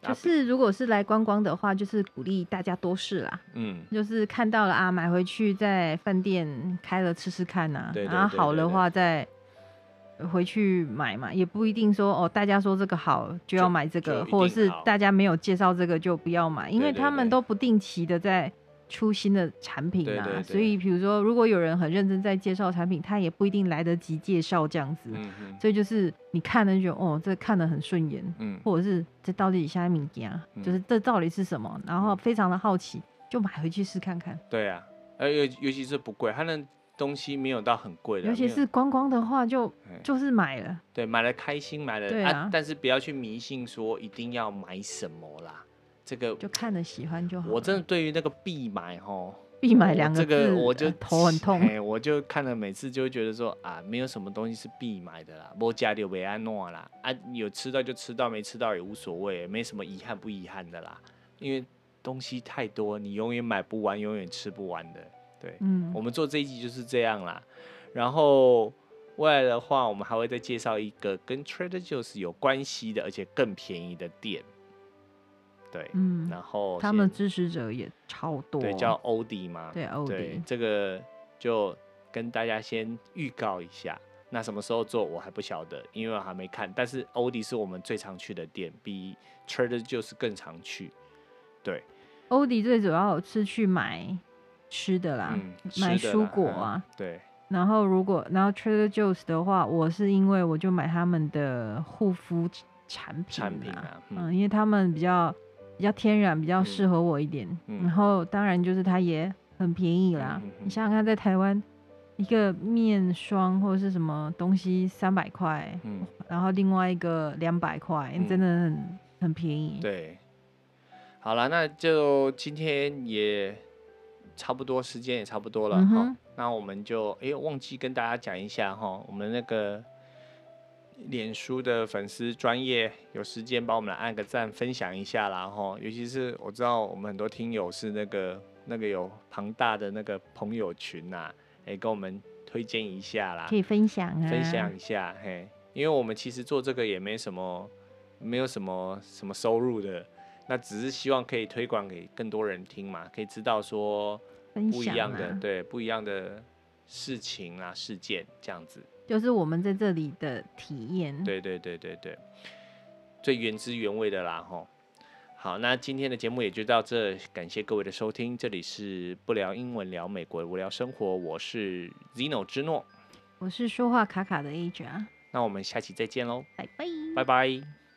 [SPEAKER 1] 啊
[SPEAKER 2] 就，是如果是来观光的话，就是鼓励大家多试啦，
[SPEAKER 1] 嗯，
[SPEAKER 2] 就是看到了啊，买回去在饭店开了吃吃看呐、
[SPEAKER 1] 对对
[SPEAKER 2] 然后
[SPEAKER 1] 对
[SPEAKER 2] 好
[SPEAKER 1] 对
[SPEAKER 2] 的
[SPEAKER 1] 对
[SPEAKER 2] 话再回去买嘛，也不一定说哦，大家说这个好就要买这
[SPEAKER 1] 就
[SPEAKER 2] 个，
[SPEAKER 1] 一定
[SPEAKER 2] 或者是
[SPEAKER 1] 好
[SPEAKER 2] 大家没有介绍这个就不要买，因
[SPEAKER 1] 对
[SPEAKER 2] 为
[SPEAKER 1] 对
[SPEAKER 2] 他们
[SPEAKER 1] 对
[SPEAKER 2] 都不定期的在。出新的产品
[SPEAKER 1] 对
[SPEAKER 2] 啊，
[SPEAKER 1] 对对
[SPEAKER 2] 所以比如说，如果有人很认真在介绍产品，他也不一定来得及介绍这样子，
[SPEAKER 1] 嗯哼，
[SPEAKER 2] 所以就是你看了就觉得哦，这看得很顺眼，
[SPEAKER 1] 嗯，
[SPEAKER 2] 或者是这到底下面件啊，
[SPEAKER 1] 嗯
[SPEAKER 2] 就是这到底是什么，然后
[SPEAKER 1] 嗯
[SPEAKER 2] 非常的好奇，就买回去试看看。
[SPEAKER 1] 对啊，呃，尤尤其是不贵，它那东西没有到很贵的，
[SPEAKER 2] 尤其
[SPEAKER 1] 没有
[SPEAKER 2] 是观光的话就，
[SPEAKER 1] 啊哎
[SPEAKER 2] 就是买了，
[SPEAKER 1] 对买了开心，买了
[SPEAKER 2] 对啊
[SPEAKER 1] 但是不要去迷信说一定要买什么啦。这个
[SPEAKER 2] 就看了喜欢就好了。
[SPEAKER 1] 我真的对于那个必买吼，
[SPEAKER 2] 必买
[SPEAKER 1] 我
[SPEAKER 2] 两
[SPEAKER 1] 这个
[SPEAKER 2] 字，
[SPEAKER 1] 我就
[SPEAKER 2] 呃头很痛。
[SPEAKER 1] 哎，我就看了每次就会觉得说啊，没有什么东西是必买的啦，我家里维安诺啦，啊，有吃到就吃到，没吃到也无所谓，没什么遗憾不遗憾的啦，因为东西太多，你永远买不完，永远吃不完的。对，
[SPEAKER 2] 嗯
[SPEAKER 1] 我，们做这一集就是这样啦。然后未来的话，我们还会再介绍一个跟 Trader Joe's 有关系的，而且更便宜的店。对，
[SPEAKER 2] 嗯，
[SPEAKER 1] 然后
[SPEAKER 2] 他
[SPEAKER 1] 先
[SPEAKER 2] 们支持者也超多，
[SPEAKER 1] 对叫欧迪嘛，
[SPEAKER 2] 对欧
[SPEAKER 1] 对
[SPEAKER 2] 迪，
[SPEAKER 1] 这个就跟大家先预告一下。那什么时候做我还不晓得，因为我还没看。但是欧迪是我们最常去的店，比 Trader Joe's 更常去。对，
[SPEAKER 2] 欧迪最主要是去买吃的啦，
[SPEAKER 1] 嗯，
[SPEAKER 2] 买
[SPEAKER 1] 吃的啦
[SPEAKER 2] 蔬果啊。
[SPEAKER 1] 嗯对，
[SPEAKER 2] 然后如果然后 Trader Joe's 的话，我是因为我就买他们的护肤产品
[SPEAKER 1] 产品
[SPEAKER 2] 啦
[SPEAKER 1] 啊，嗯
[SPEAKER 2] 嗯，因为他们比较比较天然，比较适合我一点。
[SPEAKER 1] 嗯
[SPEAKER 2] 然后当然就是它也很便宜啦。
[SPEAKER 1] 嗯嗯嗯
[SPEAKER 2] 你想想看，在台湾一个面霜或者是什么东西三百块，
[SPEAKER 1] 嗯，
[SPEAKER 2] 然后另外一个两百块，
[SPEAKER 1] 嗯
[SPEAKER 2] 真的很很便宜。
[SPEAKER 1] 对，好了，那就今天也差不多，时间也差不多了
[SPEAKER 2] 嗯
[SPEAKER 1] 哈、
[SPEAKER 2] 哼
[SPEAKER 1] 那我们就哎、忘记跟大家讲一下哈，我们那个脸书的粉丝专业，有时间帮我们来按个赞，分享一下啦哈。尤其是我知道我们很多听友是那个那个有庞大的那个朋友群呐、哎、跟我们推荐一下啦
[SPEAKER 2] 可。以分享啊，
[SPEAKER 1] 分享一下，嘿，因为我们其实做这个也没什么，没有什么什么收入的，那只是希望可以推广给更多人听嘛，可以知道说
[SPEAKER 2] 分
[SPEAKER 1] 不一
[SPEAKER 2] 享
[SPEAKER 1] 样的，
[SPEAKER 2] 啊，
[SPEAKER 1] 对，不一样的事情啊、事件这样子，
[SPEAKER 2] 就是我们在这里的体验。，
[SPEAKER 1] 对对对对对，最原汁原味的啦，吼。好，那今天的节目也就到这，感谢各位的收听，这里是不聊英文聊美国无聊生活，我是 Zeno 之诺，
[SPEAKER 2] 我是说话卡卡的 Age 啊，
[SPEAKER 1] 那我们下期再见喽，
[SPEAKER 2] 拜拜。
[SPEAKER 1] 拜拜。